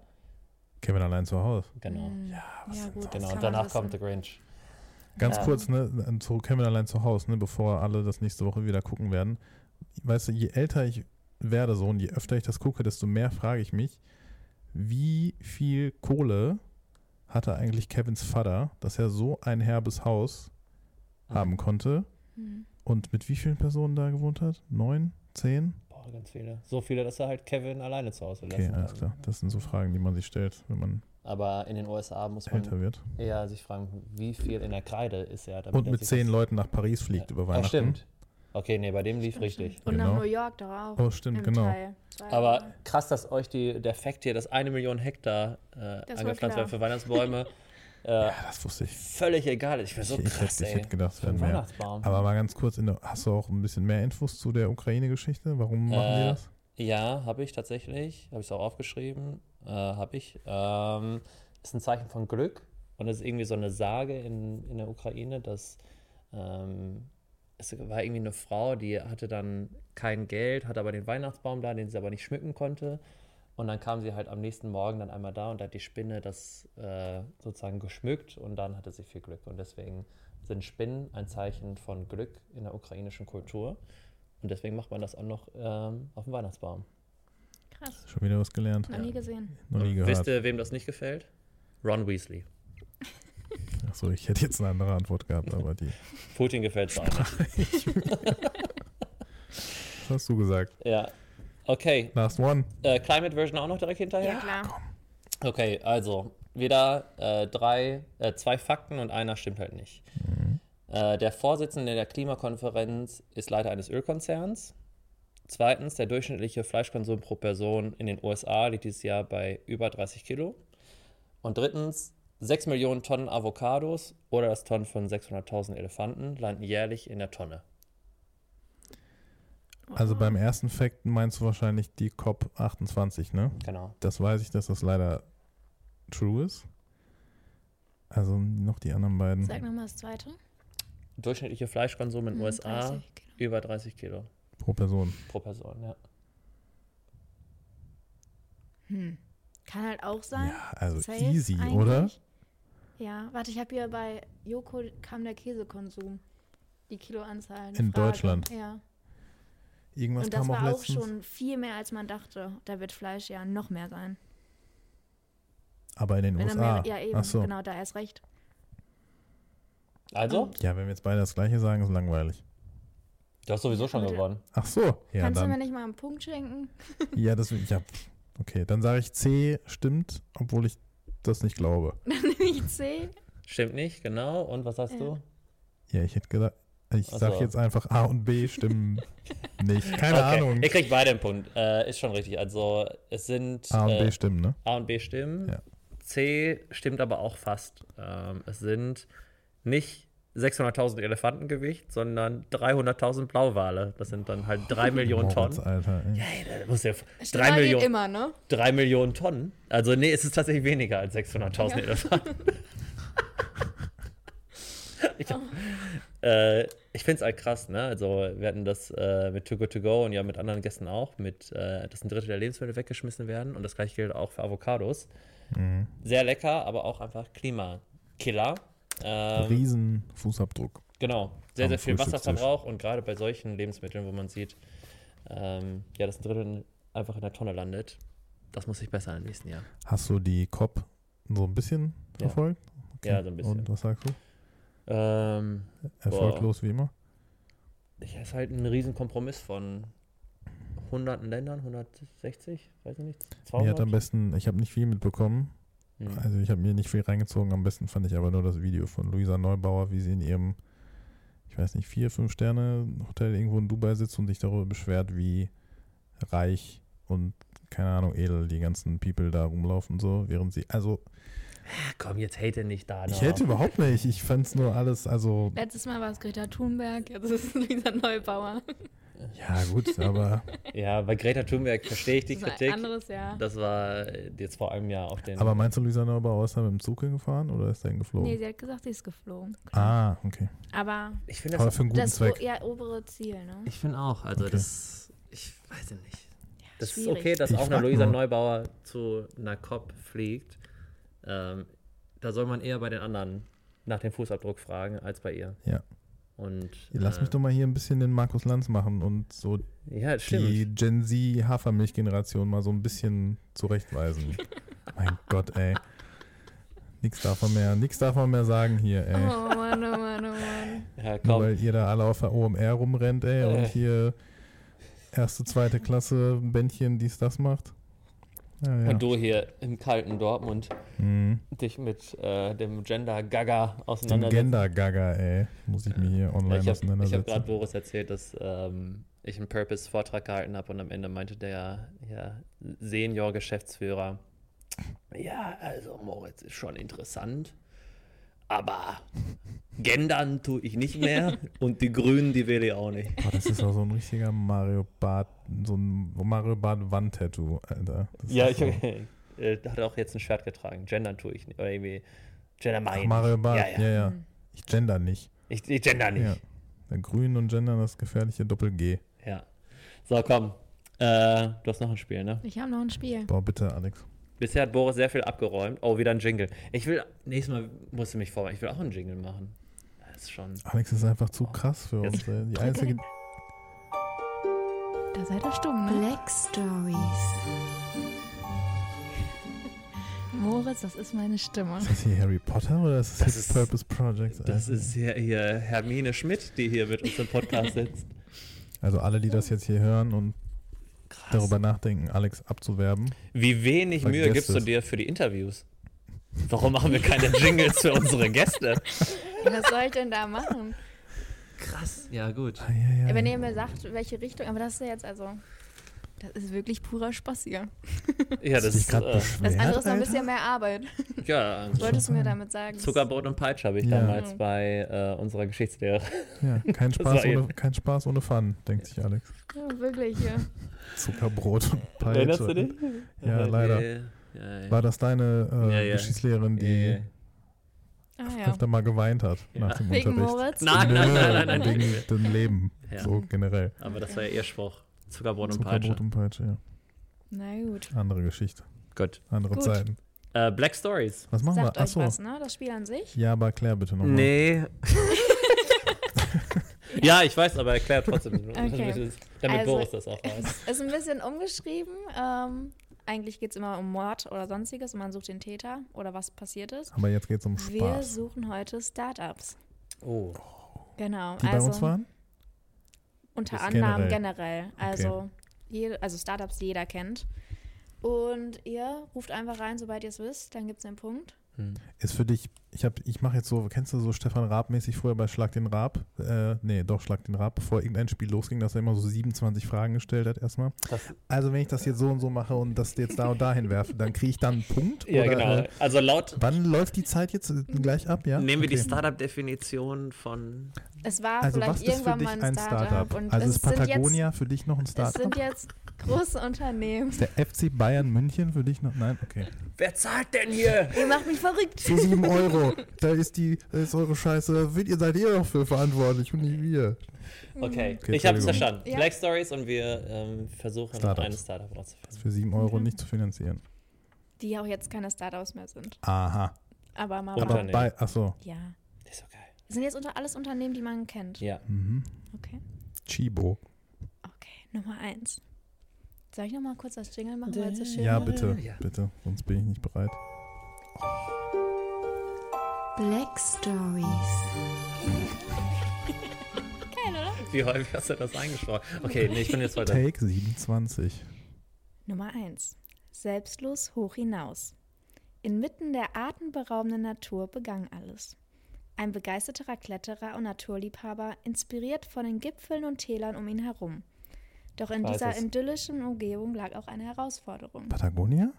Speaker 3: Kevin allein zu Hause.
Speaker 2: Genau,
Speaker 4: Ja, was ja gut, Hm, das
Speaker 2: genau.
Speaker 4: kann
Speaker 2: Und
Speaker 4: man
Speaker 2: danach
Speaker 4: wissen.
Speaker 2: kommt The Grinch.
Speaker 3: Ganz
Speaker 2: Ja.
Speaker 3: kurz, ne, zu Kevin allein zu Hause, ne, bevor alle das nächste Woche wieder gucken werden. weißt du, je älter ich werde so und je öfter ich das gucke, desto mehr frage ich mich, wie viel Kohle hatte eigentlich Kevins Vater, dass er so ein herbes Haus
Speaker 2: Mhm.
Speaker 3: haben konnte
Speaker 4: Hm.
Speaker 3: und mit wie vielen Personen da gewohnt hat? Neun? Zehn?
Speaker 2: Boah, ganz viele. So viele, dass er halt Kevin alleine zu Hause
Speaker 3: Okay,
Speaker 2: lässt.
Speaker 3: alles klar. Das sind so Fragen, die man sich stellt, wenn man
Speaker 2: Aber in den USA muss man
Speaker 3: älter wird.
Speaker 2: eher sich fragen, wie viel in der Kreide ist er damit.
Speaker 3: Und
Speaker 2: er
Speaker 3: mit
Speaker 2: sich
Speaker 3: zehn
Speaker 2: das-
Speaker 3: Leuten nach Paris fliegt über Weihnachten.
Speaker 2: Ah, stimmt. Okay, nee, bei dem lief richtig.
Speaker 4: Und
Speaker 3: Genau.
Speaker 4: nach New York doch auch.
Speaker 3: Oh, stimmt,
Speaker 4: im
Speaker 3: genau.
Speaker 4: Teil zwei.
Speaker 2: Aber krass, dass euch die, der Fakt hier, dass eine Million Hektar äh,
Speaker 4: Das war
Speaker 2: angepflanzt
Speaker 4: klar.
Speaker 2: werden für Weihnachtsbäume, äh,
Speaker 3: (laughs) Ja, das wusste ich.
Speaker 2: völlig egal ist. Ich wäre so
Speaker 3: ich, ich,
Speaker 2: krass,
Speaker 3: hätte, ich
Speaker 2: ey.
Speaker 3: hätte gedacht, es
Speaker 2: Für einen
Speaker 3: wären mehr.
Speaker 2: Weihnachtsbaum.
Speaker 3: Aber mal ganz kurz, in der, hast du auch ein bisschen mehr Infos zu der Ukraine-Geschichte? Warum machen die
Speaker 2: Äh,
Speaker 3: das?
Speaker 2: Ja, habe ich tatsächlich. Habe ich es auch aufgeschrieben. Äh, habe ich. Ähm, ist ein Zeichen von Glück. Und es ist irgendwie so eine Sage in, in der Ukraine, dass ähm, es war irgendwie eine Frau, die hatte dann kein Geld, hatte aber den Weihnachtsbaum da, den sie aber nicht schmücken konnte. Und dann kam sie halt am nächsten Morgen dann einmal da und da hat die Spinne das äh, sozusagen geschmückt und dann hatte sie viel Glück. Und deswegen sind Spinnen ein Zeichen von Glück in der ukrainischen Kultur. Und deswegen macht man das auch noch ähm, auf dem Weihnachtsbaum.
Speaker 4: Krass,
Speaker 3: Schon wieder was gelernt?
Speaker 4: noch nie gesehen.
Speaker 3: Noch nie
Speaker 2: Und Wisst
Speaker 3: gehört.
Speaker 2: ihr, wem das nicht gefällt? Ron Weasley.
Speaker 3: Achso, ich hätte jetzt eine andere Antwort gehabt,
Speaker 2: (laughs)
Speaker 3: aber die.
Speaker 2: Putin gefällt es auch nicht.
Speaker 3: Was hast du gesagt?
Speaker 2: Ja. Okay.
Speaker 3: Last one.
Speaker 2: Äh, Climate Version auch noch direkt hinterher?
Speaker 4: Ja, klar.
Speaker 2: Okay, also wieder äh, drei, äh, zwei Fakten und einer stimmt halt nicht.
Speaker 3: Mhm.
Speaker 2: Äh, der Vorsitzende der Klimakonferenz ist Leiter eines Ölkonzerns. Zweitens, der durchschnittliche Fleischkonsum pro Person in den USA liegt dieses Jahr bei über 30 Kilo. Und drittens, 6 Millionen Tonnen Avocados oder das Tonnen von 600.000 Elefanten landen jährlich in der Tonne.
Speaker 3: Also beim ersten Fact meinst du wahrscheinlich die COP28, ne?
Speaker 2: Genau.
Speaker 3: Das weiß ich, dass das leider true ist. Also noch die anderen beiden.
Speaker 4: Sag nochmal das zweite.
Speaker 2: Durchschnittliche Fleischkonsum in den
Speaker 4: Hm,
Speaker 2: USA
Speaker 4: 30, genau.
Speaker 2: über 30 Kilo
Speaker 3: Pro Person.
Speaker 2: pro Person, ja.
Speaker 4: Hm. Kann halt auch sein.
Speaker 3: Ja, also
Speaker 4: Safe
Speaker 3: easy,
Speaker 4: eigentlich.
Speaker 3: oder?
Speaker 4: Ja, warte, ich habe hier bei Joko kam der Käsekonsum. Die Kiloanzahl. eine
Speaker 3: In Deutschland.
Speaker 4: Ja.
Speaker 3: Irgendwas
Speaker 4: Und das
Speaker 3: kam auch
Speaker 4: war auch
Speaker 3: letztens.
Speaker 4: schon viel mehr, als man dachte. Da wird Fleisch ja noch mehr sein.
Speaker 3: aber in den
Speaker 4: Wenn dann
Speaker 3: USA.
Speaker 4: mehr, ja, eben.
Speaker 3: Ach so.
Speaker 4: Genau, da erst recht.
Speaker 2: Also,
Speaker 4: Ah.
Speaker 3: Ja, wenn wir jetzt beide das gleiche sagen, ist langweilig.
Speaker 2: du hast sowieso schon
Speaker 4: Bitte.
Speaker 2: gewonnen.
Speaker 3: Ach so. Ja,
Speaker 4: Kannst du mir
Speaker 3: dann.
Speaker 4: nicht mal einen Punkt schenken? (laughs)
Speaker 3: Ja, das. Ja. pff. Okay, dann sage ich C stimmt, obwohl ich das nicht glaube.
Speaker 4: ich sehe.
Speaker 2: Stimmt nicht, genau. Und was hast
Speaker 4: Ja.
Speaker 2: du?
Speaker 3: Ja, ich hätte gedacht. Ich
Speaker 2: Ach
Speaker 3: sage
Speaker 2: so.
Speaker 3: jetzt einfach A und
Speaker 2: (laughs)
Speaker 3: B stimmen nicht. Keine
Speaker 2: okay.
Speaker 3: Ahnung.
Speaker 2: Ihr kriegt beide einen Punkt. Äh, ist schon richtig. Also es sind
Speaker 3: A und
Speaker 2: äh,
Speaker 3: B stimmen, ne?
Speaker 2: A und B stimmen.
Speaker 3: Ja.
Speaker 2: C stimmt aber auch fast. Ähm, es sind nicht 600.000 Elefantengewicht, sondern 300.000 Blauwale. Das sind dann halt
Speaker 3: (laughs) Oh
Speaker 2: 3 Millionen
Speaker 3: Moritz,
Speaker 2: Tonnen.
Speaker 3: Alter. Ey.
Speaker 2: Ey, da muss ja
Speaker 4: Schneller
Speaker 2: 3
Speaker 4: geht
Speaker 2: Millionen,
Speaker 4: immer, ne?
Speaker 2: 3 Millionen Tonnen. Also nee, es ist tatsächlich weniger als 600.000
Speaker 4: Ja.
Speaker 2: Elefanten. ich glaub, äh, ich finde es halt krass, ne? Also, wir hatten das äh, mit Too Good To Go und ja mit anderen Gästen auch, mit, äh, dass ein Drittel der Lebensmittel weggeschmissen werden und das gleiche gilt auch für Avocados.
Speaker 3: Mhm.
Speaker 2: Sehr lecker, aber auch einfach Klimakiller. Ähm,
Speaker 3: Riesen Fußabdruck.
Speaker 2: genau, sehr, sehr
Speaker 3: am
Speaker 2: viel
Speaker 3: Frühstückstisch.
Speaker 2: Wasserverbrauch und gerade bei solchen Lebensmitteln, wo man sieht, ähm, ja, dass ein Drittel einfach in der Tonne landet, das muss sich bessern im nächsten Jahr.
Speaker 3: Hast du die COP so ein bisschen
Speaker 2: Ja.
Speaker 3: verfolgt?
Speaker 2: Ja, so ein bisschen.
Speaker 3: Und was sagst du?
Speaker 2: Ähm,
Speaker 3: Erfolglos wie immer?
Speaker 2: ja, ist halt ein Riesenkompromiss von hunderten Ländern, 160, weiß ich nicht,
Speaker 3: Mir
Speaker 2: 200.
Speaker 3: hat am besten, ich habe nicht viel mitbekommen.
Speaker 2: Hm.
Speaker 3: Also ich habe mir nicht viel reingezogen. Am besten fand ich aber nur das Video von Luisa Neubauer, wie sie in ihrem, ich weiß nicht, vier, fünf Sterne Hotel irgendwo in Dubai sitzt und sich darüber beschwert, wie reich und keine Ahnung, edel die ganzen People da rumlaufen und so, während sie, also
Speaker 2: Ach komm, jetzt hate nicht da.
Speaker 3: ich
Speaker 2: ne?
Speaker 3: hätte überhaupt nicht, ich fand es nur alles, also
Speaker 4: Letztes Mal war es Greta Thunberg, jetzt ist es (laughs) Lisa Neubauer.
Speaker 3: ja gut,
Speaker 4: (laughs)
Speaker 3: aber,
Speaker 2: Ja, bei Greta Thunberg verstehe ich die
Speaker 4: das ist
Speaker 2: Kritik.
Speaker 4: Ein anderes Jahr.
Speaker 2: Das war jetzt vor einem Jahr auf den.
Speaker 3: aber meinst du, Luisa Neubauer ist da mit dem Zug hingefahren oder ist da hingeflogen?
Speaker 4: Nee, sie hat gesagt, sie ist geflogen.
Speaker 3: ah, okay,
Speaker 4: Aber
Speaker 2: ich finde
Speaker 3: aber
Speaker 2: das.
Speaker 3: für einen guten
Speaker 4: das
Speaker 3: Zweck.
Speaker 4: o- ja, obere Ziel, ne?
Speaker 2: Ich finde auch. Also
Speaker 3: Okay.
Speaker 2: das. Ich weiß ja nicht. Das ist
Speaker 4: schwierig.
Speaker 2: okay, dass
Speaker 3: Ich
Speaker 2: auch eine
Speaker 3: frag
Speaker 2: Luisa
Speaker 3: nur.
Speaker 2: Neubauer zu einer COP fliegt. Ähm, da soll man eher bei den anderen nach dem Fußabdruck fragen als bei ihr.
Speaker 3: Ja.
Speaker 2: Und,
Speaker 3: Lass
Speaker 2: äh,
Speaker 3: mich doch mal hier ein bisschen den Markus Lanz machen und so
Speaker 2: Ja, das
Speaker 3: die
Speaker 2: stimmt.
Speaker 3: Gen Z Hafermilch-Generation mal so ein bisschen zurechtweisen. mein Gott, ey. Nix darf man mehr, nix darf man mehr sagen hier,
Speaker 4: Oh
Speaker 3: ey.
Speaker 4: Mann, oh Mann, oh Mann.
Speaker 2: Ja, komm.
Speaker 3: Nur weil ihr da alle auf der OMR rumrennt, ey, und
Speaker 2: Äh.
Speaker 3: hier erste, zweite Klasse, Bändchen, dies, das macht. Ja, ja.
Speaker 2: Und du hier im kalten Dortmund
Speaker 3: Mhm.
Speaker 2: dich mit äh, dem Gender Gaga
Speaker 3: Dem
Speaker 2: auseinandersetzt.
Speaker 3: Gender-Gaga, ey. Muss ich mir hier
Speaker 2: Ja,
Speaker 3: online
Speaker 2: ich habe hab gerade
Speaker 3: auseinandersetzen.
Speaker 2: Boris erzählt, dass ähm, ich einen Purpose-Vortrag gehalten habe und am Ende meinte der ja, Senior-Geschäftsführer, ja, also Moritz ist schon interessant, aber gendern tue ich nicht
Speaker 3: (laughs)
Speaker 2: mehr und die Grünen, die wähle ich auch nicht.
Speaker 3: Boah, das ist auch so ein richtiger Mario Bart, so ein Mario Bart Wand-Tattoo, Alter. Das
Speaker 2: Ja,
Speaker 3: ist
Speaker 2: ich
Speaker 3: so.
Speaker 2: äh, hat auch jetzt ein Shirt getragen, gendern tue ich nicht, oder irgendwie, gender
Speaker 3: Ach,
Speaker 2: mein.
Speaker 3: Mario Bart,
Speaker 2: ja, ja.
Speaker 3: ja, ja. Ich gender nicht.
Speaker 2: Ich, ich gender nicht.
Speaker 3: Ja. Ja, Grün und Gender, das gefährliche Doppel-G.
Speaker 2: Ja. So, komm. Äh, du hast noch ein Spiel, ne?
Speaker 4: Ich habe noch ein Spiel.
Speaker 3: Boah, bitte, Alex.
Speaker 2: Bisher hat Boris sehr viel abgeräumt. Oh, wieder ein Jingle. Ich will, nächstes Mal musst du mich vorbereiten. Ich will auch einen Jingle machen. Das ist schon.
Speaker 3: Alex ist einfach zu krass für
Speaker 2: Oh. Jetzt-
Speaker 3: uns. ey. Die einzige,
Speaker 4: Da seid ihr stumm, ne?
Speaker 1: Black Stories.
Speaker 4: Moritz, das ist meine Stimme.
Speaker 3: ist das hier Harry Potter oder ist
Speaker 2: Das
Speaker 3: das, das
Speaker 2: ist-
Speaker 3: Purpose Project?
Speaker 2: Das
Speaker 3: Alter?
Speaker 2: ist hier, hier Hermine Schmidt, die hier mit uns im Podcast sitzt.
Speaker 3: also alle, die das jetzt hier hören und
Speaker 2: Krass.
Speaker 3: darüber nachdenken, Alex abzuwerben.
Speaker 2: Wie wenig
Speaker 3: Vergesst
Speaker 2: Mühe gibst du
Speaker 3: es.
Speaker 2: dir für die Interviews? Warum machen wir keine Jingles für unsere Gäste?
Speaker 4: Was soll ich denn da machen?
Speaker 2: Krass. Ja, gut.
Speaker 3: Ah, ja, ja,
Speaker 4: Wenn
Speaker 3: ja.
Speaker 4: ihr mir sagt, welche Richtung, aber das ist ja jetzt also. Das ist wirklich purer Spaß hier.
Speaker 2: Ja, das
Speaker 3: Hast du dich
Speaker 2: ist.
Speaker 3: gerade
Speaker 2: Äh,
Speaker 3: beschwert,
Speaker 4: Das andere Also, ist noch ein
Speaker 3: Alter?
Speaker 4: bisschen mehr Arbeit.
Speaker 2: ja,
Speaker 4: Wolltest du mir damit sagen?
Speaker 2: Zuckerbrot und Peitsche habe ich
Speaker 3: Ja.
Speaker 2: damals bei äh, unserer Geschichtslehrerin.
Speaker 3: Ja, kein,
Speaker 2: war
Speaker 3: Spaß ohne, kein Spaß ohne Fun, denkt sich Alex.
Speaker 4: Ja, wirklich, ja.
Speaker 3: Zuckerbrot und
Speaker 2: (laughs)
Speaker 3: Peitsche.
Speaker 2: Erinnerst du dich?
Speaker 3: Ja, leider.
Speaker 2: Ja, ja.
Speaker 3: War das deine äh,
Speaker 2: Ja, ja.
Speaker 3: Geschichtslehrerin, die
Speaker 2: Ja, ja.
Speaker 4: Ah ja.
Speaker 3: öfter mal geweint hat
Speaker 2: Ja.
Speaker 3: nach dem
Speaker 4: Wegen
Speaker 3: Unterricht?
Speaker 4: Moritz?
Speaker 2: Nein, nein, nein, nein, nein.
Speaker 3: Wegen dem Leben,
Speaker 2: Ja.
Speaker 3: so generell.
Speaker 2: Aber das war ja ihr Spruch. Zuckerbrot und Peitsche.
Speaker 3: Zuckerbrot und Peitsche, ja.
Speaker 4: Na gut.
Speaker 3: Andere Geschichte,
Speaker 2: Gut.
Speaker 3: andere
Speaker 4: Gut.
Speaker 3: Zeiten.
Speaker 2: Äh, Black Stories.
Speaker 3: Was machen
Speaker 4: Sagt
Speaker 3: wir?
Speaker 4: euch
Speaker 3: Achso,
Speaker 4: was, ne? Das Spiel an sich?
Speaker 3: ja, aber klär bitte nochmal.
Speaker 2: Nee. (laughs) ja, ich weiß, aber erklär trotzdem. (laughs) Damit, es- damit
Speaker 4: Also-
Speaker 2: Boris das auch weiß.
Speaker 4: Ist ein bisschen umgeschrieben. Ähm, eigentlich geht es immer um Mord oder sonstiges und man sucht den Täter oder was passiert ist.
Speaker 3: Aber jetzt geht's um
Speaker 4: Wir
Speaker 3: Spaß.
Speaker 4: suchen heute Startups.
Speaker 2: (laughs) Oh.
Speaker 4: Genau.
Speaker 3: Die bei
Speaker 4: also
Speaker 3: uns waren?
Speaker 4: unter
Speaker 3: Ist
Speaker 4: anderem generell.
Speaker 3: Okay.
Speaker 4: Also, jede, also Startups, die jeder kennt. Und ihr ruft einfach rein, sobald ihr es wisst, dann gibt es einen Punkt.
Speaker 2: hm.
Speaker 3: Ist für dich, ich hab, ich mache jetzt so, kennst du so Stefan Raab-mäßig früher bei Schlag den Raab? Äh, nee, doch, Schlag den Raab, bevor irgendein Spiel losging, dass er immer so 27 Fragen gestellt hat erstmal.
Speaker 2: Das,
Speaker 3: Also wenn ich das jetzt so und so mache und das jetzt da und dahin werfe, dann kriege ich dann einen Punkt?
Speaker 2: ja,
Speaker 3: oder,
Speaker 2: genau.
Speaker 3: Äh,
Speaker 2: Also laut
Speaker 3: wann läuft die Zeit jetzt äh, gleich ab, ja?
Speaker 2: nehmen wir die
Speaker 3: Okay.
Speaker 2: Startup-Definition von.
Speaker 4: Es war
Speaker 3: Also
Speaker 4: vielleicht
Speaker 3: was ist für
Speaker 4: irgendwann
Speaker 3: dich
Speaker 4: mal
Speaker 3: ein Startup?
Speaker 4: Und
Speaker 3: also
Speaker 4: es
Speaker 3: ist Patagonia für dich noch ein
Speaker 4: sind, jetzt, es sind
Speaker 3: Startup?
Speaker 4: jetzt große Unternehmen.
Speaker 3: Ist der FC Bayern München für dich noch? Nein, okay.
Speaker 2: Wer zahlt denn hier?
Speaker 4: (laughs) Ihr macht mich verrückt.
Speaker 3: Für 7 Euro. Da ist die, da ist eure Scheiße. Seid ihr seid ihr doch für verantwortlich und nicht wir.
Speaker 2: Okay,
Speaker 3: Okay,
Speaker 2: ich hab's
Speaker 3: Entschuldigung.
Speaker 2: verstanden.
Speaker 4: Ja.
Speaker 2: Black Stories und wir ähm, versuchen,
Speaker 3: Startups.
Speaker 2: eine Startup rauszufinden.
Speaker 3: Für 7 Euro nicht zu finanzieren.
Speaker 4: Die auch jetzt keine Startups mehr sind.
Speaker 3: Aha.
Speaker 4: Aber mal
Speaker 2: Aber-
Speaker 3: Aber
Speaker 2: Unternehmen.
Speaker 3: bei, achso,
Speaker 4: Ja.
Speaker 2: Das ist okay.
Speaker 4: Das sind jetzt unter alles Unternehmen, die man kennt.
Speaker 2: Ja.
Speaker 4: Okay.
Speaker 3: Mhm. Chibo.
Speaker 4: Okay, Nummer eins. Soll ich nochmal kurz das Jingle machen, weil es so schön
Speaker 3: Ja,
Speaker 4: war?
Speaker 3: bitte,
Speaker 2: Ja.
Speaker 3: bitte. Sonst bin ich nicht bereit.
Speaker 1: Black Stories.
Speaker 4: Geil, oder?
Speaker 2: Wie häufig hast du das eingesprochen? Okay, nee, ich bin
Speaker 3: (laughs)
Speaker 2: jetzt heute.
Speaker 3: Take 27.
Speaker 4: Nummer 1. Selbstlos hoch hinaus. Inmitten der atemberaubenden Natur begann alles. Ein begeisterter Kletterer und Naturliebhaber, inspiriert von den Gipfeln und Tälern um ihn herum. Doch in
Speaker 2: Ich weiß
Speaker 4: dieser
Speaker 2: es.
Speaker 4: idyllischen Umgebung lag auch eine Herausforderung.
Speaker 3: Patagonia?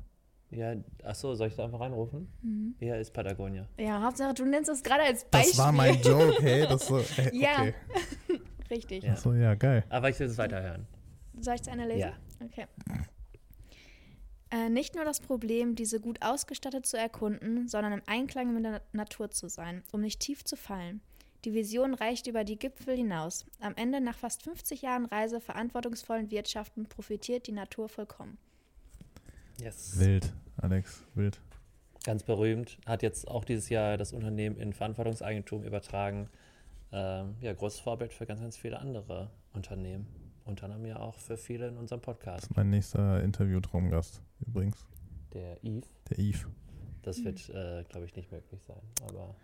Speaker 2: Ja, achso, soll ich da einfach reinrufen?
Speaker 4: Mhm.
Speaker 2: Ja, ist Patagonia.
Speaker 4: Ja, Hauptsache, du nennst es gerade als
Speaker 3: Das
Speaker 4: Beispiel.
Speaker 3: war mein Joke, hey. Das so, hey
Speaker 4: Ja.
Speaker 3: okay.
Speaker 4: (laughs) Richtig.
Speaker 2: Ja.
Speaker 3: Achso, ja, geil.
Speaker 2: Aber ich will es weiterhören.
Speaker 4: Soll ich es einer lesen?
Speaker 2: Ja.
Speaker 4: Okay. Äh, nicht nur das Problem, diese gut ausgestattet zu erkunden, sondern im Einklang mit der Na- Natur zu sein, um nicht tief zu fallen. Die Vision reicht über die Gipfel hinaus. Am Ende, nach fast 50 Jahren Reise verantwortungsvollen Wirtschaften, profitiert die Natur
Speaker 3: (laughs)
Speaker 4: vollkommen.
Speaker 2: Yes.
Speaker 3: Wild, Alex, wild.
Speaker 2: ganz berühmt, hat jetzt auch dieses Jahr das Unternehmen in Verantwortungseigentum übertragen ähm, ja, großes Vorbild für ganz, ganz viele andere Unternehmen. Unter anderem ja auch für viele in unserem
Speaker 3: Das
Speaker 2: Podcast.
Speaker 3: ist mein nächster Interview-Traumgast übrigens.
Speaker 2: Der Eve,
Speaker 3: Der Yves. Mhm.
Speaker 2: das wird, äh, glaube ich, nicht möglich sein. Aber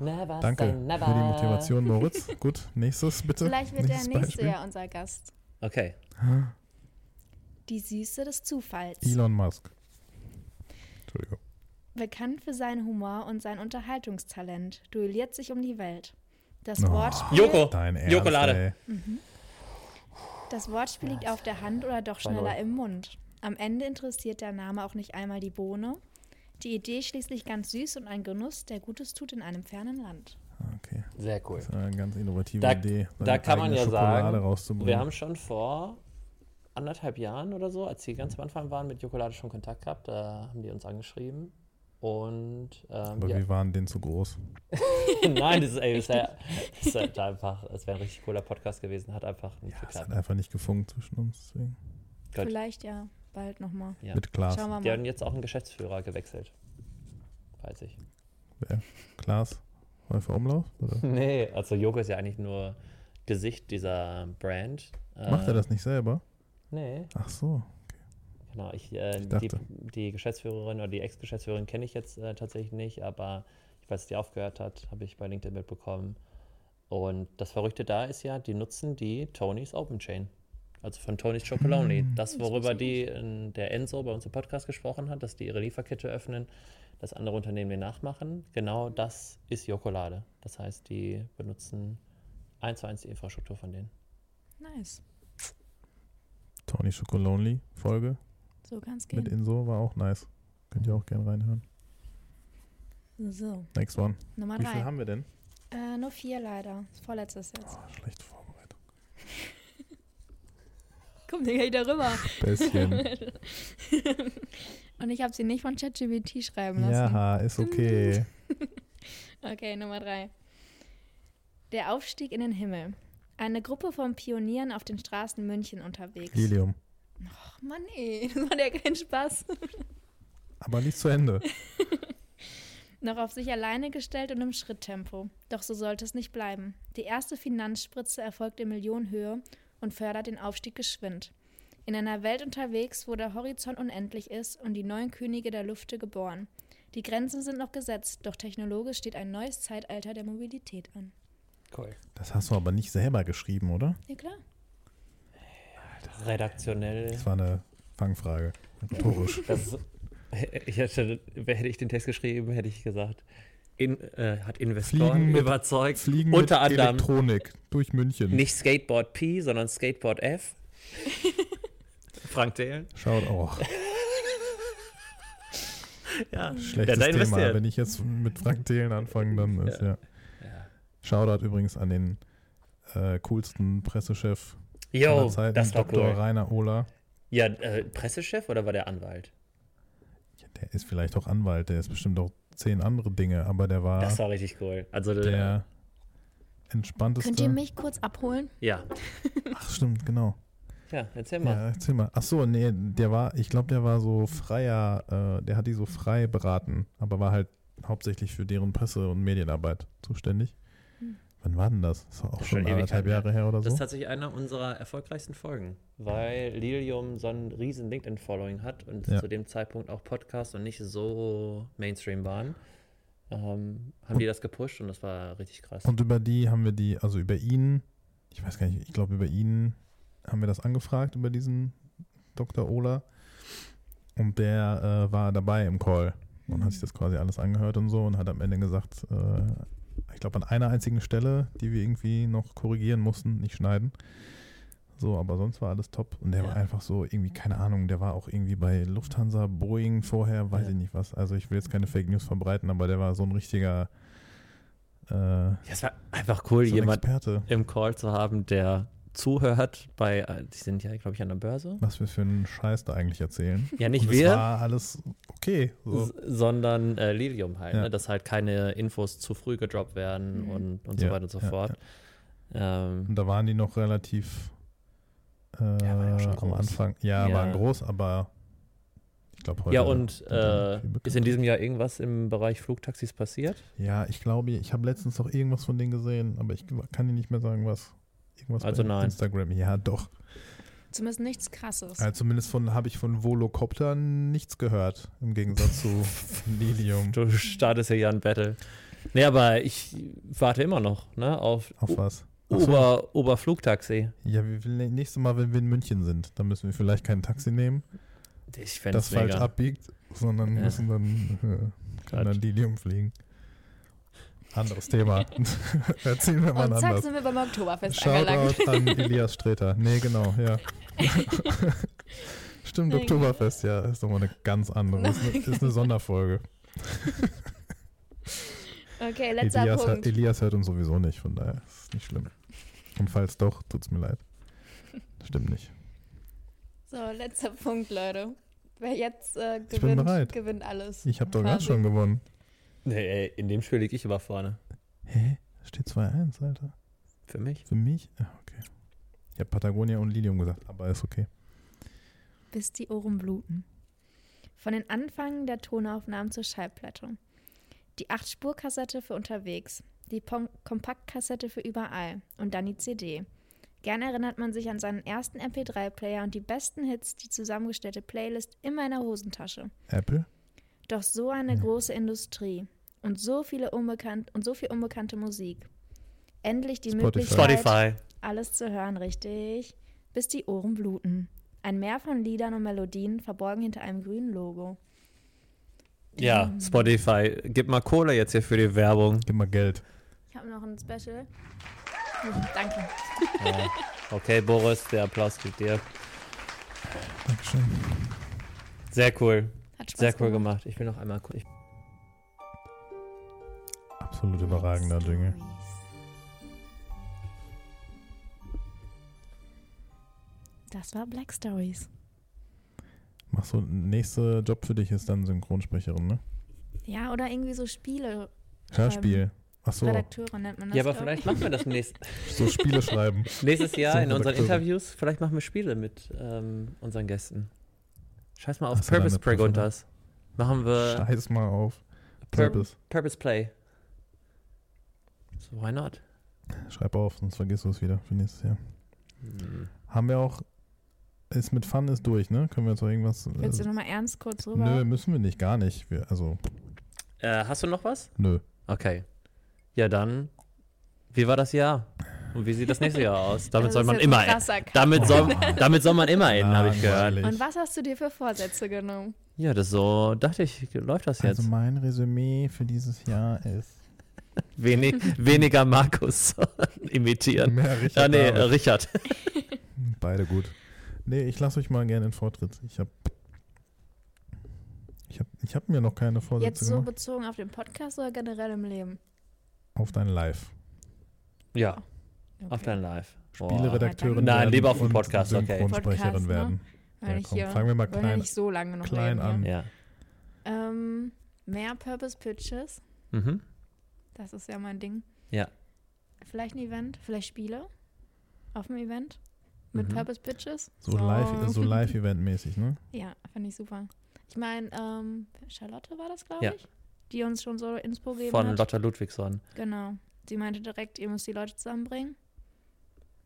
Speaker 2: never
Speaker 3: Danke
Speaker 2: say
Speaker 3: für
Speaker 2: never.
Speaker 3: die Motivation, Moritz. Gut, nächstes bitte.
Speaker 1: Vielleicht wird der
Speaker 3: Nächstes
Speaker 1: nächste
Speaker 3: Beispiel.
Speaker 1: ja unser Gast.
Speaker 2: Okay,
Speaker 1: Die Süße des Zufalls.
Speaker 3: Elon Musk. Entschuldigung.
Speaker 1: Bekannt für seinen Humor und sein Unterhaltungstalent, duelliert sich um die Welt. Das,
Speaker 3: Oh.
Speaker 1: Wortspiel,
Speaker 2: Joko,
Speaker 3: Dein Ernst,
Speaker 2: Jokolade.
Speaker 3: ey.
Speaker 1: das Wortspiel liegt auf der Hand oder doch
Speaker 2: Zwei Null.
Speaker 1: schneller im Mund. Am Ende interessiert der Name auch nicht einmal die Bohne. Die Idee schließlich ganz süß und ein Genuss, der Gutes tut in einem fernen Land.
Speaker 3: Okay,
Speaker 2: Sehr cool.
Speaker 3: das ist eine ganz innovative
Speaker 2: Da-
Speaker 3: Idee.
Speaker 2: da
Speaker 3: seine
Speaker 2: kann man
Speaker 3: eigene
Speaker 2: ja
Speaker 3: Schokolade
Speaker 2: sagen,
Speaker 3: rauszubringen.
Speaker 2: Wir haben schon vor anderthalb Jahren oder so, als sie ganz am Anfang waren, mit Jokolade schon Kontakt gehabt. Da haben die uns angeschrieben. Und ähm,
Speaker 3: Aber
Speaker 2: ja.
Speaker 3: wir waren denen zu groß.
Speaker 2: (laughs) nein, das ist, ey, das ist, ja- das ist halt einfach, es wäre ein richtig cooler Podcast gewesen, hat einfach nicht
Speaker 3: Es hat
Speaker 2: geklappt.
Speaker 3: einfach nicht gefunkt zwischen uns. Deswegen.
Speaker 2: Gut.
Speaker 1: Vielleicht ja bald nochmal.
Speaker 2: Ja.
Speaker 3: Mit Klaas.
Speaker 1: Schauen wir
Speaker 2: Die
Speaker 1: mal.
Speaker 2: haben jetzt auch einen Geschäftsführer gewechselt. Weiß ich.
Speaker 3: Klaas, Häufer Umlauf?
Speaker 2: (laughs)
Speaker 3: Oder?
Speaker 2: Nee, also Joko ist ja eigentlich nur Gesicht dieser Brand. Ähm,
Speaker 3: Macht
Speaker 2: Äh.
Speaker 3: er das nicht selber?
Speaker 2: Nee,
Speaker 3: Ach so.
Speaker 2: Genau, ich, äh, die,
Speaker 3: Ich dachte.
Speaker 2: die Geschäftsführerin oder die Ex-Geschäftsführerin kenne ich jetzt äh, tatsächlich nicht, aber ich weiß, dass die aufgehört hat, habe ich bei LinkedIn mitbekommen. Und das Verrückte da ist ja, die nutzen die Tonys Open Chain. Also von Tonys Chocolonely.
Speaker 3: Hm,
Speaker 2: Das, worüber die in der Enzo bei uns im Podcast gesprochen hat, dass die ihre Lieferkette öffnen, dass andere Unternehmen den nachmachen. Genau das ist Jokolade. Das heißt, die benutzen eins zu eins die Infrastruktur von denen.
Speaker 1: Nice.
Speaker 3: Tony Chocolonely Folge
Speaker 1: So kann's
Speaker 3: mit
Speaker 1: gehen.
Speaker 3: Inso war auch nice. Könnt ihr auch gerne reinhören.
Speaker 1: So,
Speaker 3: Next one.
Speaker 1: Nummer
Speaker 3: Wie viel
Speaker 1: drei.
Speaker 3: haben wir denn?
Speaker 1: Äh, nur vier leider. Das Vorletztes jetzt.
Speaker 3: Oh, schlechte Vorbereitung.
Speaker 1: Komm, den geh darüber.
Speaker 3: (laughs) Bisschen.
Speaker 1: Und ich habe sie nicht von ChatGPT schreiben lassen.
Speaker 3: ja, ist
Speaker 2: Genau.
Speaker 3: okay.
Speaker 1: Okay, Nummer drei. Der Aufstieg in den Himmel. Eine Gruppe von Pionieren auf den Straßen München unterwegs.
Speaker 3: Helium.
Speaker 1: Ach Mann, ey, (laughs) das macht ja keinen Spaß.
Speaker 3: Aber nicht zu Ende.
Speaker 1: Noch auf sich alleine gestellt und im Schritttempo. Doch so sollte es nicht bleiben. Die erste Finanzspritze erfolgt in Millionenhöhe und fördert den Aufstieg geschwind. In einer Welt unterwegs, wo der Horizont unendlich ist und die neuen Könige der Lüfte geboren. Die Grenzen sind noch gesetzt, doch technologisch steht ein neues Zeitalter der Mobilität an.
Speaker 2: Cool.
Speaker 3: Das hast du aber nicht selber geschrieben, oder?
Speaker 1: Ja klar.
Speaker 2: Redaktionell.
Speaker 3: Das war eine Fangfrage. Rhetorisch.
Speaker 2: Das, (laughs) ich hätte, hätte ich den Text geschrieben, hätte ich gesagt, in, äh, hat Investoren
Speaker 3: Fliegen mit-
Speaker 2: überzeugt,
Speaker 3: Fliegen
Speaker 2: unter
Speaker 3: mit
Speaker 2: anderem
Speaker 3: Elektronik durch München.
Speaker 2: nicht Skateboard P, sondern Skateboard F. (laughs) Frank Thelen.
Speaker 3: Schaut
Speaker 2: (laughs)
Speaker 3: auch.
Speaker 2: Ja,
Speaker 3: Schlechtes
Speaker 2: da
Speaker 3: Thema.
Speaker 2: investiert.
Speaker 3: Wenn ich jetzt mit Frank Thelen anfange, dann ist ja.
Speaker 2: Ja.
Speaker 3: Shoutout übrigens an den äh, coolsten Pressechef aller
Speaker 2: Yo,
Speaker 3: Zeiten,
Speaker 2: das war
Speaker 3: Dr.
Speaker 2: cool.
Speaker 3: Rainer Ohler.
Speaker 2: Ja, äh, Pressechef oder war der Anwalt?
Speaker 3: Ja, Der ist vielleicht auch Anwalt, der ist bestimmt auch zehn andere Dinge, aber der war
Speaker 2: Das war richtig cool. Also der,
Speaker 3: der entspannteste.
Speaker 1: Könnt ihr mich kurz abholen?
Speaker 2: ja,
Speaker 3: Ach, stimmt, genau.
Speaker 2: ja, erzähl mal.
Speaker 3: Ja, erzähl mal. Ach so, nee, der war, ich glaube, der war so freier, äh, der hat die so frei beraten, aber war halt hauptsächlich für deren Presse- und Medienarbeit zuständig. Wann war denn das? Das war auch
Speaker 2: Schon
Speaker 3: schon anderthalb
Speaker 2: Ewigkeiten her. ne?
Speaker 3: Jahre her oder
Speaker 2: Das
Speaker 3: so.
Speaker 2: ist tatsächlich einer unserer erfolgreichsten Folgen, weil Lilium so einen riesen LinkedIn-Following hat und
Speaker 3: Ja.
Speaker 2: zu dem Zeitpunkt auch Podcasts und nicht so Mainstream waren. Ähm, haben die das gepusht und das war richtig krass.
Speaker 3: Und über die haben wir die, also über ihn, ich weiß gar nicht, ich glaube, über ihn haben wir das angefragt, über diesen Dr. Ola. Und der äh, war dabei im Call und
Speaker 2: Mhm.
Speaker 3: hat sich das quasi alles angehört und so und hat am Ende gesagt, äh, ich glaube, an einer einzigen Stelle, die wir irgendwie noch korrigieren mussten, nicht schneiden. So, aber sonst war alles top. Und der
Speaker 2: Ja.
Speaker 3: war einfach so irgendwie, keine Ahnung, der war auch irgendwie bei Lufthansa, Boeing vorher, weiß
Speaker 2: Ja.
Speaker 3: ich nicht was. Also ich will jetzt keine Fake News verbreiten, aber der war so ein richtiger äh,
Speaker 2: Ja, es war einfach cool,
Speaker 3: so ein
Speaker 2: jemand
Speaker 3: Experte.
Speaker 2: im Call zu haben, der zuhört bei, äh, die sind ja, glaube ich, an der Börse.
Speaker 3: Was wir für einen Scheiß da eigentlich erzählen.
Speaker 2: Ja,
Speaker 3: Und
Speaker 2: nicht
Speaker 3: es
Speaker 2: wir,
Speaker 3: war alles okay. So.
Speaker 2: s- sondern äh, Lilium halt,
Speaker 3: Ja.
Speaker 2: ne? dass halt keine Infos zu früh gedroppt werden
Speaker 1: Mhm.
Speaker 2: und, und so
Speaker 3: Ja,
Speaker 2: weiter und so
Speaker 3: ja,
Speaker 2: fort. Ähm,
Speaker 3: Und da waren die noch relativ äh,
Speaker 2: war ja schon
Speaker 3: am
Speaker 2: groß.
Speaker 3: Anfang. Ja,
Speaker 2: Ja.
Speaker 3: waren groß, aber ich Ich glaube heute.
Speaker 2: Ja, und
Speaker 3: hat er
Speaker 2: äh,
Speaker 3: viel bekannt.
Speaker 2: ist in diesem Jahr irgendwas im Bereich Flugtaxis passiert?
Speaker 3: ja, ich glaube, ich habe letztens noch irgendwas von denen gesehen, aber ich kann dir nicht mehr sagen, was. Irgendwas
Speaker 2: Also
Speaker 3: bei
Speaker 2: nein.
Speaker 3: Instagram. Ja, doch.
Speaker 1: Zumindest nichts krasses.
Speaker 3: Also zumindest von habe ich von Volocoptern nichts gehört, im
Speaker 2: (laughs)
Speaker 3: Gegensatz zu Lilium.
Speaker 2: Du startest ja hier ein Battle. Nee, aber ich warte immer noch ne, auf,
Speaker 3: Auf was? Ach so.
Speaker 2: Ober, Oberflugtaxi.
Speaker 3: Ja, wir will nächstes Mal, wenn wir in München sind, dann müssen wir vielleicht kein Taxi nehmen,
Speaker 2: Ich fände
Speaker 3: das
Speaker 2: es
Speaker 3: falsch
Speaker 2: mega.
Speaker 3: abbiegt, sondern
Speaker 2: Ja.
Speaker 3: müssen dann, äh,
Speaker 2: (laughs)
Speaker 3: dann
Speaker 2: Quatsch.
Speaker 3: Lilium fliegen.
Speaker 2: (laughs)
Speaker 3: Anderes Thema. Erzählen wir mal
Speaker 1: Und zack,
Speaker 3: anders.
Speaker 1: sind wir beim Oktoberfest angelangt.
Speaker 3: Shoutout an
Speaker 1: (laughs)
Speaker 3: Elias Streter. Nee, genau, ja. Stimmt,
Speaker 1: Nee,
Speaker 3: Oktoberfest, ja, ist nochmal eine ganz andere. Ist eine, ist eine Sonderfolge.
Speaker 1: Okay, (laughs) letzter
Speaker 3: Elias, hört-
Speaker 1: Punkt.
Speaker 3: Elias hört uns sowieso nicht, von daher ist es nicht schlimm. Und falls doch, tut's mir leid. Stimmt nicht.
Speaker 1: So, letzter Punkt, Leute. Wer jetzt äh,
Speaker 3: Ich bin
Speaker 1: gewinnt,
Speaker 3: bereit.
Speaker 1: gewinnt alles.
Speaker 3: Ich habe doch gerade
Speaker 1: Quasi.
Speaker 3: schon gewonnen.
Speaker 2: Nee, ey, in dem Spiel liege ich aber vorne.
Speaker 3: Hä? Steht 2-1, Alter.
Speaker 2: Für mich?
Speaker 3: Für mich? Ah, okay. Ich habe Patagonia und Lilium gesagt, aber ist okay.
Speaker 1: bis die Ohren bluten. Von den Anfängen der Tonaufnahmen zur Schallplatte. Die 8-Spur-Kassette für unterwegs, die Pom Kompaktkassette für überall und dann die CD. Gern erinnert man sich an seinen ersten MP3-Player und die besten Hits, die zusammengestellte Playlist immer in der Hosentasche.
Speaker 3: Apple?
Speaker 1: Doch so eine große Industrie und so viele unbekannt und so viel unbekannte Musik. Endlich die
Speaker 2: Äh.
Speaker 3: Spotify.
Speaker 1: Möglichkeit,
Speaker 2: Spotify.
Speaker 1: alles zu hören, richtig, bis die Ohren bluten. Ein Meer von Liedern und Melodien verborgen hinter einem grünen Logo.
Speaker 2: Ja, Spotify. Gib mal Kohle jetzt hier für die Werbung.
Speaker 3: Gib mal Geld.
Speaker 1: Ich habe noch ein Special. Oh, (laughs) danke.
Speaker 2: Okay, Boris, der Applaus geht dir.
Speaker 3: Dankeschön.
Speaker 2: Sehr cool.
Speaker 1: Hat Spaß
Speaker 2: Sehr cool gemacht. Ich will noch einmal. Ich,
Speaker 3: Absolut überragender Dinge.
Speaker 1: Das war Black Stories.
Speaker 3: Machst du, nächster Job für dich ist dann Synchronsprecherin, ne?
Speaker 1: Ja, oder irgendwie so Spiele.
Speaker 3: Hörspiel. Ach so,
Speaker 1: Redakteure nennt man das.
Speaker 2: ja, aber
Speaker 1: glaub ich.
Speaker 2: vielleicht machen wir das nächst,
Speaker 3: so Spiele
Speaker 1: (laughs)
Speaker 3: schreiben.
Speaker 2: nächstes Jahr in
Speaker 3: Zum
Speaker 2: unseren
Speaker 3: Redakteur.
Speaker 2: Interviews. Vielleicht machen wir Spiele mit ähm, unseren Gästen. Scheiß mal auf
Speaker 3: Hast du da
Speaker 2: Purpose
Speaker 3: eine Präferenz?
Speaker 2: Preguntas. Machen
Speaker 1: Äh.
Speaker 2: wir
Speaker 3: Scheiß mal auf.
Speaker 2: Pur
Speaker 3: Purpose.
Speaker 2: Purpose Play. So, why not?
Speaker 3: Schreib auf, sonst vergisst du es wieder für nächstes Jahr.
Speaker 2: Hm.
Speaker 3: Haben wir auch, ist mit Fun ist durch, ne? Können wir jetzt noch irgendwas. äh,
Speaker 1: Willst du nochmal ernst kurz rüber?
Speaker 3: Nö, müssen wir nicht, gar nicht. Wir, also,
Speaker 2: Äh, hast du noch was?
Speaker 3: nö.
Speaker 2: Okay. Ja, dann. Wie war das Jahr? Und wie sieht das nächste Jahr aus? (laughs) Damit
Speaker 1: Also
Speaker 2: soll
Speaker 1: Das ist
Speaker 2: man
Speaker 1: jetzt ein
Speaker 2: immer enden.
Speaker 1: krasser Cut.
Speaker 2: Damit soll,
Speaker 1: (laughs)
Speaker 3: Oh.
Speaker 2: damit soll man immer enden, habe ich gehört.
Speaker 3: Langweilig.
Speaker 1: Und was hast du dir für Vorsätze genommen?
Speaker 2: Ja, das so dachte ich, läuft das jetzt.
Speaker 3: Also mein Resümee für dieses Jahr ist
Speaker 2: Wenig, weniger Markus (laughs) imitieren.
Speaker 3: mehr
Speaker 2: Ah,
Speaker 3: Richard
Speaker 2: nee, äh,
Speaker 3: David.
Speaker 2: Richard.
Speaker 3: Beide gut. Nee, ich lasse euch mal gerne den Vortritt. Ich habe ich hab, ich hab mir noch keine Vorsätze
Speaker 1: Jetzt so
Speaker 3: gemacht.
Speaker 1: bezogen auf den Podcast oder generell im Leben?
Speaker 3: Auf dein Live.
Speaker 2: Ja,
Speaker 1: Okay.
Speaker 2: auf dein Live. Boah.
Speaker 3: Spieleredakteurin
Speaker 2: Nein,
Speaker 3: werden
Speaker 2: lieber auf den
Speaker 3: und
Speaker 2: Podcast, okay.
Speaker 3: Synchronsprecherin
Speaker 1: Podcast, ne?
Speaker 3: werden.
Speaker 1: Weil
Speaker 3: Ja,
Speaker 1: ich
Speaker 3: komm,
Speaker 1: hier
Speaker 3: fangen wir mal
Speaker 1: wollen ja
Speaker 3: klein,
Speaker 1: nicht so lange noch
Speaker 3: klein
Speaker 1: leben,
Speaker 3: an.
Speaker 2: Ja.
Speaker 1: Ja. Ähm, mehr Purpose Pitches,
Speaker 2: Mhm.
Speaker 1: das ist ja mein Ding.
Speaker 2: Ja.
Speaker 1: Vielleicht ein Event, vielleicht Spiele auf dem Event mit
Speaker 2: Mhm. also
Speaker 1: Purpose Pitches.
Speaker 3: So live, so
Speaker 1: (laughs)
Speaker 3: live eventmäßig, ne?
Speaker 1: Ja, finde ich super. Ich meine, ähm, Charlotte war das, glaube
Speaker 2: Ja.
Speaker 1: ich, die uns schon so Inspo gegeben
Speaker 2: Von
Speaker 1: hat.
Speaker 2: Lotta Ludwigsson.
Speaker 1: Genau. Sie meinte direkt, ihr müsst die Leute zusammenbringen.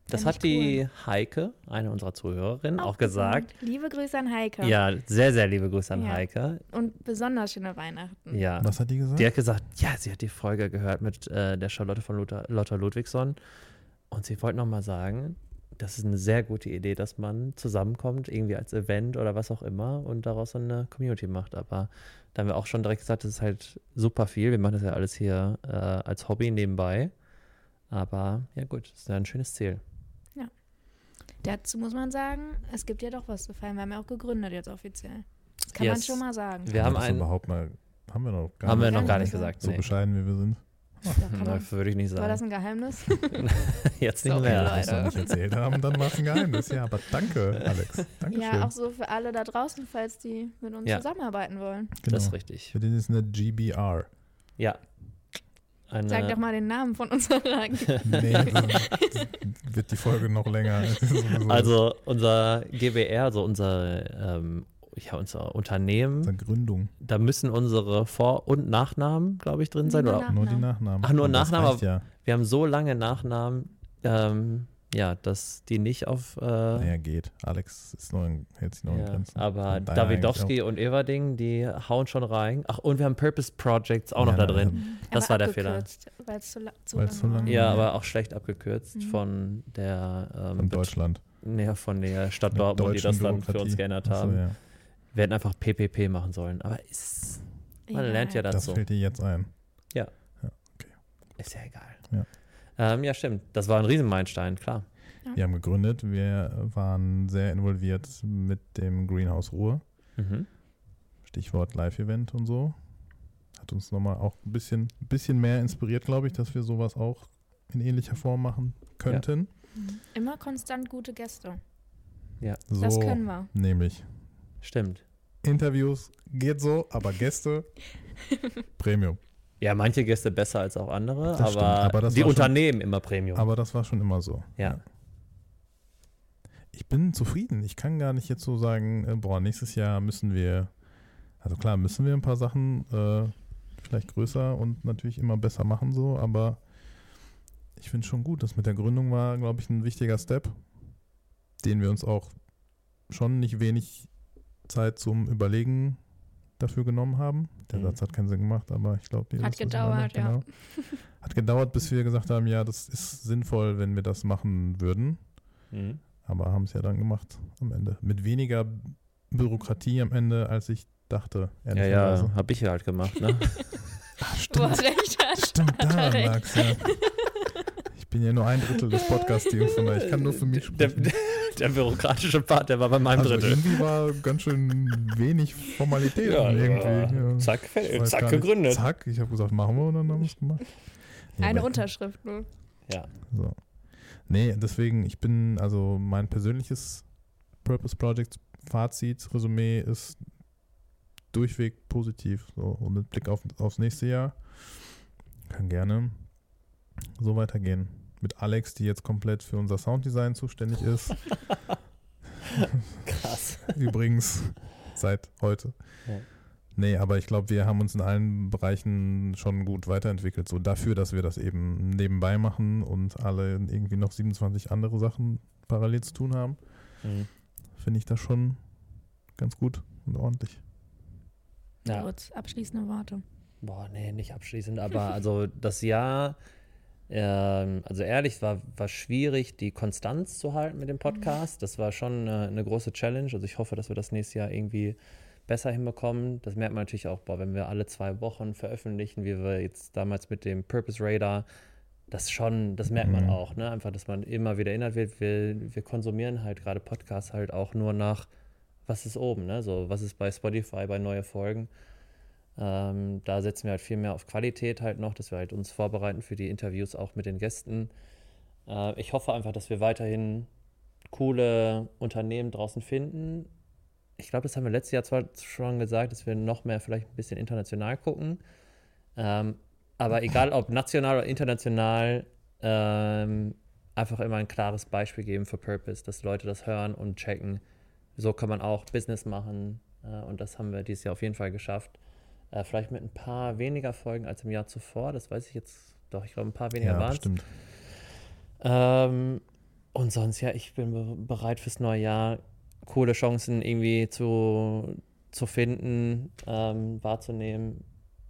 Speaker 2: Das
Speaker 1: Find
Speaker 2: hat
Speaker 1: ich
Speaker 2: die Heike, eine unserer Zuhörerinnen, auch gesagt.
Speaker 1: Liebe Grüße an Heike.
Speaker 2: Ja, sehr, sehr liebe Grüße an
Speaker 1: Ja.
Speaker 2: Heike.
Speaker 1: Und besonders schöne Weihnachten.
Speaker 2: Ja.
Speaker 3: Was hat die gesagt?
Speaker 2: Die hat gesagt, ja, sie hat die Folge gehört mit äh, der Charlotte von Lothar, Lotta Ludwigsson. Und sie wollte nochmal sagen, das ist eine sehr gute Idee, dass man zusammenkommt, irgendwie als Event oder was auch immer und daraus so eine Community macht. Aber da haben wir auch schon direkt gesagt, das ist halt super viel. Wir machen das ja alles hier äh, als Hobby nebenbei. Aber ja gut, ist ja ein schönes Ziel.
Speaker 1: Dazu muss man sagen, es gibt ja doch was zu feiern. Wir haben ja auch gegründet jetzt offiziell. Das kann man
Speaker 2: Yes.
Speaker 1: schon
Speaker 2: (laughs)
Speaker 1: mal sagen.
Speaker 2: Wir haben
Speaker 3: das
Speaker 2: einen,
Speaker 3: überhaupt mal, haben wir noch gar
Speaker 2: haben wir
Speaker 3: nicht.
Speaker 2: noch gar nicht
Speaker 1: so
Speaker 2: gesagt.
Speaker 3: So
Speaker 2: Nee.
Speaker 3: bescheiden wie wir sind.
Speaker 1: Da kann
Speaker 2: Na,
Speaker 1: man,
Speaker 2: Würde ich nicht
Speaker 1: war Hm, das
Speaker 2: sagen.
Speaker 1: ein Geheimnis?
Speaker 2: (laughs) Jetzt nicht
Speaker 1: Sorry,
Speaker 2: mehr.
Speaker 3: Wenn wir es noch nicht erzählt haben, dann
Speaker 2: (laughs)
Speaker 3: mach ein Geheimnis. Ja, aber danke, Alex. Dankeschön.
Speaker 1: ja, auch so für alle da draußen, falls die mit uns
Speaker 2: Ja.
Speaker 1: zusammenarbeiten wollen.
Speaker 3: genau.
Speaker 2: Das ist richtig.
Speaker 3: Für den ist eine GBR.
Speaker 2: Ja. Eine,
Speaker 1: Sag doch mal den Namen von
Speaker 2: (laughs)
Speaker 1: unserer
Speaker 3: Nee, also, dann (laughs) Hm. wird die Folge noch länger. Das ist sowieso-
Speaker 2: Also unser GBR, also unser ähm, ja, unser Unternehmen,
Speaker 3: Unsere Gründung.
Speaker 2: da müssen unsere Vor- und Nachnamen, glaube ich, drin sein.
Speaker 4: Nur
Speaker 2: Oder
Speaker 3: Nur
Speaker 4: Nachnamen.
Speaker 3: die Nachnamen.
Speaker 2: Ach, nur
Speaker 3: Und das
Speaker 2: Nachnamen,
Speaker 3: reicht Ja,
Speaker 2: wir haben so lange Nachnamen, ähm, ja, dass die nicht auf. Äh,
Speaker 3: naja, geht. Alex ist noch in, hält sich noch in
Speaker 2: ja,
Speaker 3: Grenzen.
Speaker 2: aber
Speaker 3: Und deiner
Speaker 2: Davidowski und Everding, die hauen schon rein. Ach, und wir haben Purpose Projects auch noch
Speaker 3: Ja,
Speaker 2: da
Speaker 3: na,
Speaker 2: drin. Das
Speaker 4: Aber
Speaker 2: war der Fehler.
Speaker 4: abgekürzt, Weil es zu, la zu
Speaker 3: Weil's zu lang
Speaker 4: war.
Speaker 3: Mhm.
Speaker 2: Ja, aber auch schlecht abgekürzt
Speaker 4: Mhm.
Speaker 2: von der ähm,
Speaker 3: Von
Speaker 2: Bet-
Speaker 3: Deutschland.
Speaker 2: Nee, von der Stadt
Speaker 3: Mit
Speaker 2: Dortmund, die
Speaker 3: deutschen
Speaker 2: das dann für uns
Speaker 3: Bürokratie.
Speaker 2: geändert
Speaker 3: Ach so,
Speaker 2: haben.
Speaker 3: ja.
Speaker 2: Wir hätten einfach PPP machen sollen. Aber ist, man
Speaker 4: Egal.
Speaker 2: lernt ja
Speaker 3: Das
Speaker 2: dazu.
Speaker 3: fällt dir jetzt ein.
Speaker 2: Ist ja egal.
Speaker 3: Ja.
Speaker 2: Ähm, ja, stimmt. Das war ein Riesenmeilenstein, klar.
Speaker 3: Wir haben gegründet. Wir waren sehr involviert mit dem Greenhouse Ruhr.
Speaker 2: Mhm.
Speaker 3: Stichwort Live-Event und so. Hat uns nochmal auch ein bisschen, bisschen mehr inspiriert, glaube ich, dass wir sowas auch in ähnlicher Form machen könnten.
Speaker 4: Immer konstant gute Gäste.
Speaker 3: So,
Speaker 4: Das können wir.
Speaker 3: nämlich
Speaker 2: Stimmt.
Speaker 3: Interviews geht so, aber Gäste Premium.
Speaker 2: Ja, manche Gäste besser als auch andere,
Speaker 3: Das
Speaker 2: aber,
Speaker 3: stimmt, aber das
Speaker 2: die
Speaker 3: war schon-
Speaker 2: Unternehmen immer Premium.
Speaker 3: Aber das war schon immer so.
Speaker 2: ja.
Speaker 3: Ich bin zufrieden. Ich kann gar nicht jetzt so sagen, äh, boah, nächstes Jahr müssen wir, also klar, müssen wir ein paar Sachen äh, vielleicht größer und natürlich immer besser machen so, aber ich finde schon gut. Das mit der Gründung war, glaube ich, ein wichtiger Step, den wir uns auch schon nicht wenig Zeit zum Überlegen dafür genommen haben. Der
Speaker 2: Mhm.
Speaker 3: Satz hat keinen Sinn gemacht, aber ich glaube, ihr
Speaker 4: Hat
Speaker 3: wisst, was ich meine.
Speaker 4: gedauert, ja.
Speaker 3: Genau. Hat gedauert, bis wir gesagt haben, ja, das ist sinnvoll, wenn wir das machen würden.
Speaker 2: Mhm.
Speaker 3: Aber haben es ja dann gemacht am Ende. Mit weniger Bürokratie am Ende, als ich dachte.
Speaker 2: Ja,
Speaker 3: ehrlicherweise.
Speaker 2: ja, hab ich halt gemacht,
Speaker 3: (laughs)
Speaker 2: ne?
Speaker 4: Boah, (laughs)
Speaker 3: Stimmt,
Speaker 4: recht hast.
Speaker 3: stimmt daran
Speaker 4: recht.
Speaker 3: lag's, ja. Ich bin ja nur ein Drittel des Podcast-Teams, von daher ich kann nur für mich
Speaker 2: der,
Speaker 3: sprechen.
Speaker 2: (laughs) der bürokratische Part, der war bei meinem
Speaker 3: Also
Speaker 2: Drittel.
Speaker 3: irgendwie war ganz schön wenig Formalitäten irgendwie. Ja.
Speaker 2: Zack,
Speaker 3: Ich
Speaker 2: fertig,
Speaker 3: weiß
Speaker 2: zack,
Speaker 3: gar nicht.
Speaker 2: gegründet.
Speaker 3: Zack, ich habe gesagt, machen wir und dann haben wir es gemacht. Nee,
Speaker 4: Eine
Speaker 3: aber-
Speaker 4: Unterschrift ne? nur.
Speaker 2: Ja.
Speaker 3: So. Nee, deswegen, ich bin, also mein persönliches Purpose Project Fazit, Resümee ist durchweg positiv. So. Und mit Blick auf, aufs nächste Jahr kann gerne so weitergehen. Mit Alex, die jetzt komplett für unser Sounddesign zuständig ist.
Speaker 2: Krass.
Speaker 3: Übrigens, seit heute.
Speaker 2: Ja.
Speaker 3: Nee, aber ich glaube, wir haben uns in allen Bereichen schon gut weiterentwickelt. So dafür, dass wir das eben nebenbei machen und alle irgendwie noch 27 andere Sachen parallel zu tun haben,
Speaker 2: Mhm.
Speaker 3: finde ich das schon ganz gut und ordentlich.
Speaker 2: Ja.
Speaker 4: Kurz abschließende Worte.
Speaker 2: Boah, nee, nicht abschließend, aber also das Jahr, ähm, also ehrlich, war, war schwierig, die Konstanz zu halten mit dem Podcast. Das war schon äh, eine große Challenge. Also ich hoffe, dass wir das nächste Jahr irgendwie besser hinbekommen. Das merkt man natürlich auch, boah, wenn wir alle zwei Wochen veröffentlichen, wie wir jetzt damals mit dem Purpose Radar, das schon, das merkt man
Speaker 3: Mhm.
Speaker 2: auch, ne? Einfach, dass man immer wieder erinnert wird, wir, wir konsumieren halt gerade Podcasts halt auch nur nach, was ist oben, ne? So, was ist bei Spotify, bei neue Folgen. Ähm, da setzen wir halt viel mehr auf Qualität halt noch, dass wir halt uns vorbereiten für die Interviews auch mit den Gästen. Äh, ich hoffe einfach, dass wir weiterhin coole Unternehmen draußen finden. Ich glaube, das haben wir letztes Jahr zwar schon gesagt, dass wir noch mehr vielleicht ein bisschen international gucken. Ähm, aber egal ob national oder international, ähm, einfach immer ein klares Beispiel geben für Purpose, dass Leute das hören und checken. So kann man auch Business machen. Äh, und das haben wir dieses Jahr auf jeden Fall geschafft. Äh, vielleicht mit ein paar weniger Folgen als im Jahr zuvor. Das weiß ich jetzt doch. Ich glaube, ein paar weniger waren es.
Speaker 3: stimmt.
Speaker 2: Ähm, und sonst, ja, ich bin be bereit fürs neue Jahr, coole Chancen irgendwie zu, zu finden, ähm, wahrzunehmen,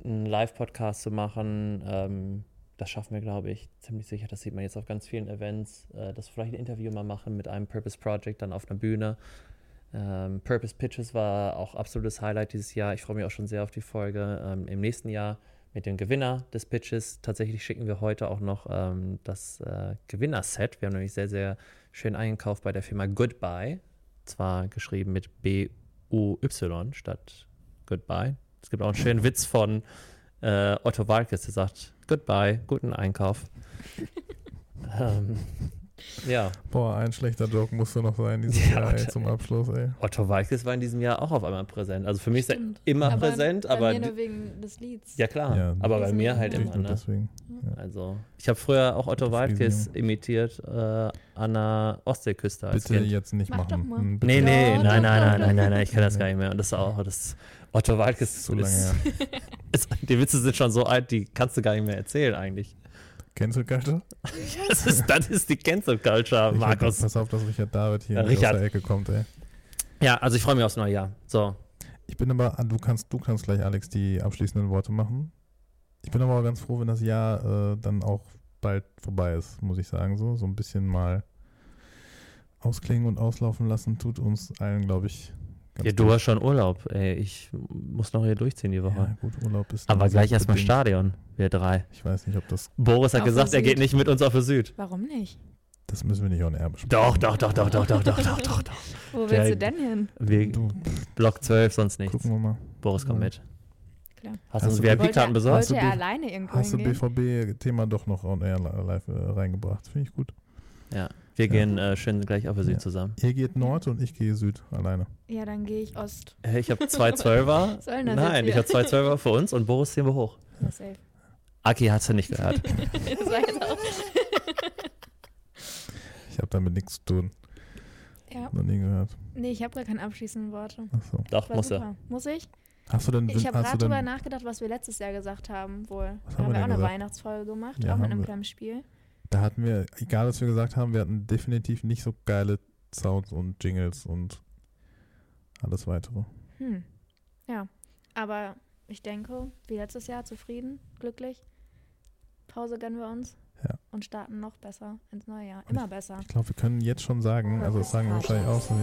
Speaker 2: einen Live-Podcast zu machen. Ähm, das schaffen wir, glaube ich, ziemlich sicher. Das sieht man jetzt auf ganz vielen Events, äh, dass wir vielleicht ein Interview mal machen mit einem Purpose Project, dann auf einer Bühne. Ähm, Purpose Pitches war auch absolutes Highlight dieses Jahr. Ich freue mich auch schon sehr auf die Folge ähm, im nächsten Jahr mit dem Gewinner des Pitches. Tatsächlich schicken wir heute auch noch ähm, das äh, Gewinnerset. Wir haben nämlich sehr, sehr schön eingekauft bei der Firma Goodbye. Zwar geschrieben mit B-U-Y statt Goodbye. Es gibt auch einen schönen Witz von äh,
Speaker 1: (laughs)
Speaker 2: Otto Walkes, der sagt Goodbye, guten Einkauf. ähm, Ja.
Speaker 3: Boah, ein schlechter Joke musste noch sein dieses
Speaker 2: Ja,
Speaker 3: Jahr ey,
Speaker 2: Alter.
Speaker 3: zum Abschluss, ey.
Speaker 2: Otto Walkes war in diesem Jahr auch auf einmal präsent. Also für mich
Speaker 1: Stimmt.
Speaker 2: ist er immer
Speaker 1: Aber
Speaker 2: präsent,
Speaker 1: bei
Speaker 2: aber.
Speaker 1: mir nur wegen des Lieds.
Speaker 2: Ja, klar.
Speaker 3: Ja.
Speaker 2: aber bei
Speaker 1: Diesen
Speaker 2: mir
Speaker 1: Jahr.
Speaker 2: halt
Speaker 3: Natürlich
Speaker 2: immer,
Speaker 3: nur
Speaker 2: ne?
Speaker 3: deswegen.
Speaker 2: Also, ich habe früher auch Otto
Speaker 3: Das
Speaker 2: Walkes
Speaker 3: Riesenjunge.
Speaker 2: imitiert äh, an der Ostseeküste als
Speaker 3: Bitte
Speaker 2: Kind.
Speaker 3: jetzt nicht
Speaker 1: Mach doch
Speaker 3: machen.
Speaker 1: mal.
Speaker 3: Hm, bitte.
Speaker 2: Nee, nee,
Speaker 1: Ja,
Speaker 2: nein, nein, nein,
Speaker 1: doch, doch.
Speaker 2: nein, nein, nein, ich kann das gar nicht mehr. Und das auch, das Otto Walkes
Speaker 3: Zu
Speaker 2: (laughs)
Speaker 3: lange her.
Speaker 2: Ist, die Witze sind schon so alt, die kannst du gar nicht mehr erzählen eigentlich.
Speaker 3: Cancel Culture?
Speaker 2: Das ist, das ist die Cancel Culture,
Speaker 3: Richard,
Speaker 2: Markus.
Speaker 3: Pass auf, dass Richard David hier
Speaker 2: Ja,
Speaker 3: nicht
Speaker 2: Richard.
Speaker 3: aus der Ecke kommt, ey.
Speaker 2: Ja, also ich freue mich aufs neue Jahr. So,
Speaker 3: Ich bin aber, ah, du kannst, du kannst gleich, Alex, die abschließenden Worte machen. Ich bin aber auch ganz froh, wenn das Jahr äh, dann auch bald vorbei ist, muss ich sagen. So, so ein bisschen mal ausklingen und auslaufen lassen tut uns allen, glaube ich, ganz
Speaker 2: ja, du hast schon Urlaub. Ey, ich muss noch hier durchziehen die
Speaker 3: gut.
Speaker 2: Woche.
Speaker 3: Ja, gut, Urlaub ist.
Speaker 2: Aber
Speaker 3: dann
Speaker 2: gleich erstmal
Speaker 3: bedingt.
Speaker 2: Stadion, wir drei.
Speaker 3: Ich weiß nicht, ob das,
Speaker 2: Boris hat
Speaker 1: Auf
Speaker 2: gesagt,
Speaker 1: der
Speaker 2: er geht
Speaker 1: Süd.
Speaker 2: nicht mit uns auf der Süd.
Speaker 1: Warum nicht?
Speaker 3: das müssen wir nicht on air besprechen.
Speaker 2: Doch, doch, doch, doch, doch, doch, doch, doch, doch, doch.
Speaker 1: Wo willst
Speaker 2: Der-
Speaker 1: du denn hin?
Speaker 2: Wir,
Speaker 3: Du,
Speaker 2: Block 12, sonst nichts.
Speaker 3: gucken wir mal.
Speaker 2: Boris, komm
Speaker 3: Ja.
Speaker 2: mit.
Speaker 1: Klar.
Speaker 2: Hast
Speaker 3: Hast
Speaker 2: du uns
Speaker 3: du-
Speaker 2: VIP-Karten
Speaker 1: wollte,
Speaker 2: besorgt?
Speaker 1: Wollte
Speaker 3: Hast du
Speaker 1: er
Speaker 3: B-
Speaker 1: alleine irgendwo
Speaker 3: Hast du
Speaker 1: hingehen?
Speaker 3: BVB-Thema doch noch on air li- live äh, reingebracht? Finde ich gut.
Speaker 2: Wir
Speaker 3: Ja.
Speaker 2: gehen äh, schön gleich auf der Süd
Speaker 3: Ja.
Speaker 2: zusammen.
Speaker 3: Ihr geht Nord und ich gehe Süd alleine.
Speaker 1: Ja, dann gehe ich Ost.
Speaker 2: Hey, (laughs) ich habe zwei Zwölfer.
Speaker 1: Was soll denn das
Speaker 2: Nein,
Speaker 1: jetzt
Speaker 2: ich habe zwei Zwölfer für uns und Boris ziehen wir hoch.
Speaker 1: Ja, safe. (laughs)
Speaker 2: Aki hat's ja nicht gehört.
Speaker 1: Das war jetzt auch.
Speaker 3: Ich habe damit nichts zu tun.
Speaker 1: Ja.
Speaker 3: Noch nie gehört.
Speaker 1: Nee, ich habe gar keine abschließenden Worte.
Speaker 3: Achso.
Speaker 2: Doch,
Speaker 1: War
Speaker 2: muss er.
Speaker 1: super. Muss ich?
Speaker 3: Hast du denn.
Speaker 1: Ich habe
Speaker 3: hast
Speaker 1: gerade
Speaker 3: du
Speaker 1: drüber
Speaker 3: denn,
Speaker 1: nachgedacht, was wir letztes Jahr gesagt haben wohl.
Speaker 3: Was
Speaker 1: da
Speaker 3: haben wir
Speaker 1: haben wir auch
Speaker 3: denn
Speaker 1: eine
Speaker 3: gesagt?
Speaker 1: Weihnachtsfolge gemacht,
Speaker 3: Ja,
Speaker 1: auch mit
Speaker 3: haben
Speaker 1: einem
Speaker 3: wir.
Speaker 1: kleinen Spiel.
Speaker 3: Da hatten wir, egal was wir gesagt haben, wir hatten definitiv nicht so geile Sounds und Jingles und alles weitere.
Speaker 1: Hm. Ja. Aber ich denke, wie letztes Jahr, zufrieden, glücklich. Pause gönnen wir uns.
Speaker 3: Ja.
Speaker 1: Und starten noch besser ins neue Jahr. Immer besser.
Speaker 3: Ich glaube, wir können jetzt schon sagen, also das sagen wir wahrscheinlich auch so.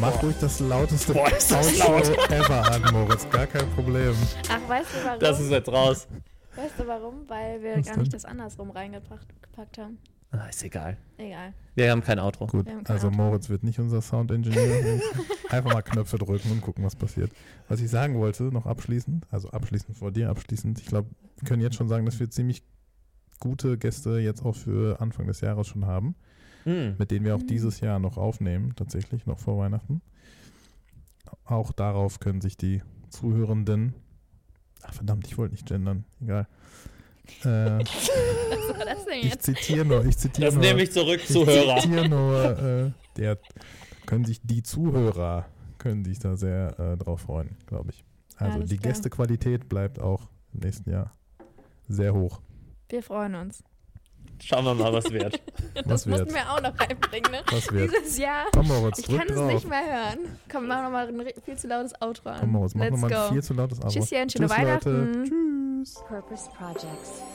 Speaker 3: Mach ruhig das lauteste
Speaker 2: Boah, ist das
Speaker 3: Outro ever an, Moritz. Gar kein Problem.
Speaker 1: Ach, weißt du warum?
Speaker 2: Das ist jetzt raus.
Speaker 1: weißt du warum? Weil wir
Speaker 3: Was
Speaker 1: gar nicht
Speaker 3: denn?
Speaker 1: das andersrum reingepackt gepackt haben.
Speaker 2: Ah, ist egal.
Speaker 1: Egal.
Speaker 2: Wir haben kein Outro.
Speaker 3: Gut,
Speaker 1: Wir haben kein
Speaker 3: also
Speaker 1: Outro.
Speaker 3: Moritz wird nicht unser
Speaker 1: (laughs)
Speaker 3: Sound-Engineer. Einfach mal Knöpfe drücken und gucken, was passiert. Was ich sagen wollte, noch abschließend, also abschließend vor dir, abschließend, ich glaube, wir können jetzt schon sagen, dass wir ziemlich gute Gäste jetzt auch für Anfang des Jahres schon haben,
Speaker 2: Hm.
Speaker 3: mit denen wir auch
Speaker 1: Mhm.
Speaker 3: dieses Jahr noch aufnehmen, tatsächlich, noch vor Weihnachten. Auch darauf können sich die Zuhörenden, ach verdammt, ich wollte nicht gendern, egal.
Speaker 1: (laughs)
Speaker 3: Äh,
Speaker 1: Was war das denn
Speaker 3: ich
Speaker 1: jetzt?
Speaker 3: zitiere nur, ich zitiere
Speaker 2: Das
Speaker 3: nur.
Speaker 2: nehme ich zurück,
Speaker 3: Ich
Speaker 2: Zuhörer.
Speaker 3: zitiere nur, äh, der, können sich die Zuhörer können sich da sehr äh, drauf freuen, glaube ich. Also
Speaker 1: Alles
Speaker 3: die
Speaker 1: klar.
Speaker 3: Gästequalität bleibt auch im nächsten Jahr sehr hoch.
Speaker 1: Wir freuen uns.
Speaker 2: (laughs) Schauen wir mal, was wird.
Speaker 1: Das
Speaker 3: wird?
Speaker 1: mussten wir auch noch
Speaker 3: (laughs)
Speaker 1: reinbringen, ne?
Speaker 3: Was
Speaker 1: (laughs)
Speaker 3: wird?
Speaker 1: Dieses Jahr.
Speaker 3: Komm Moritz,
Speaker 1: Ich
Speaker 3: drück
Speaker 1: kann
Speaker 3: drauf.
Speaker 1: es nicht mehr hören. Komm, mach nochmal ein ri- viel zu lautes Outro an.
Speaker 3: Komm Moritz, mach
Speaker 1: Let's
Speaker 3: nochmal ein
Speaker 1: go.
Speaker 3: viel zu lautes Abo.
Speaker 1: Tschüsschen, schöne
Speaker 3: Tschüss, Leute.
Speaker 1: Weihnachten.
Speaker 3: Tschüss.
Speaker 5: Purpose Projects.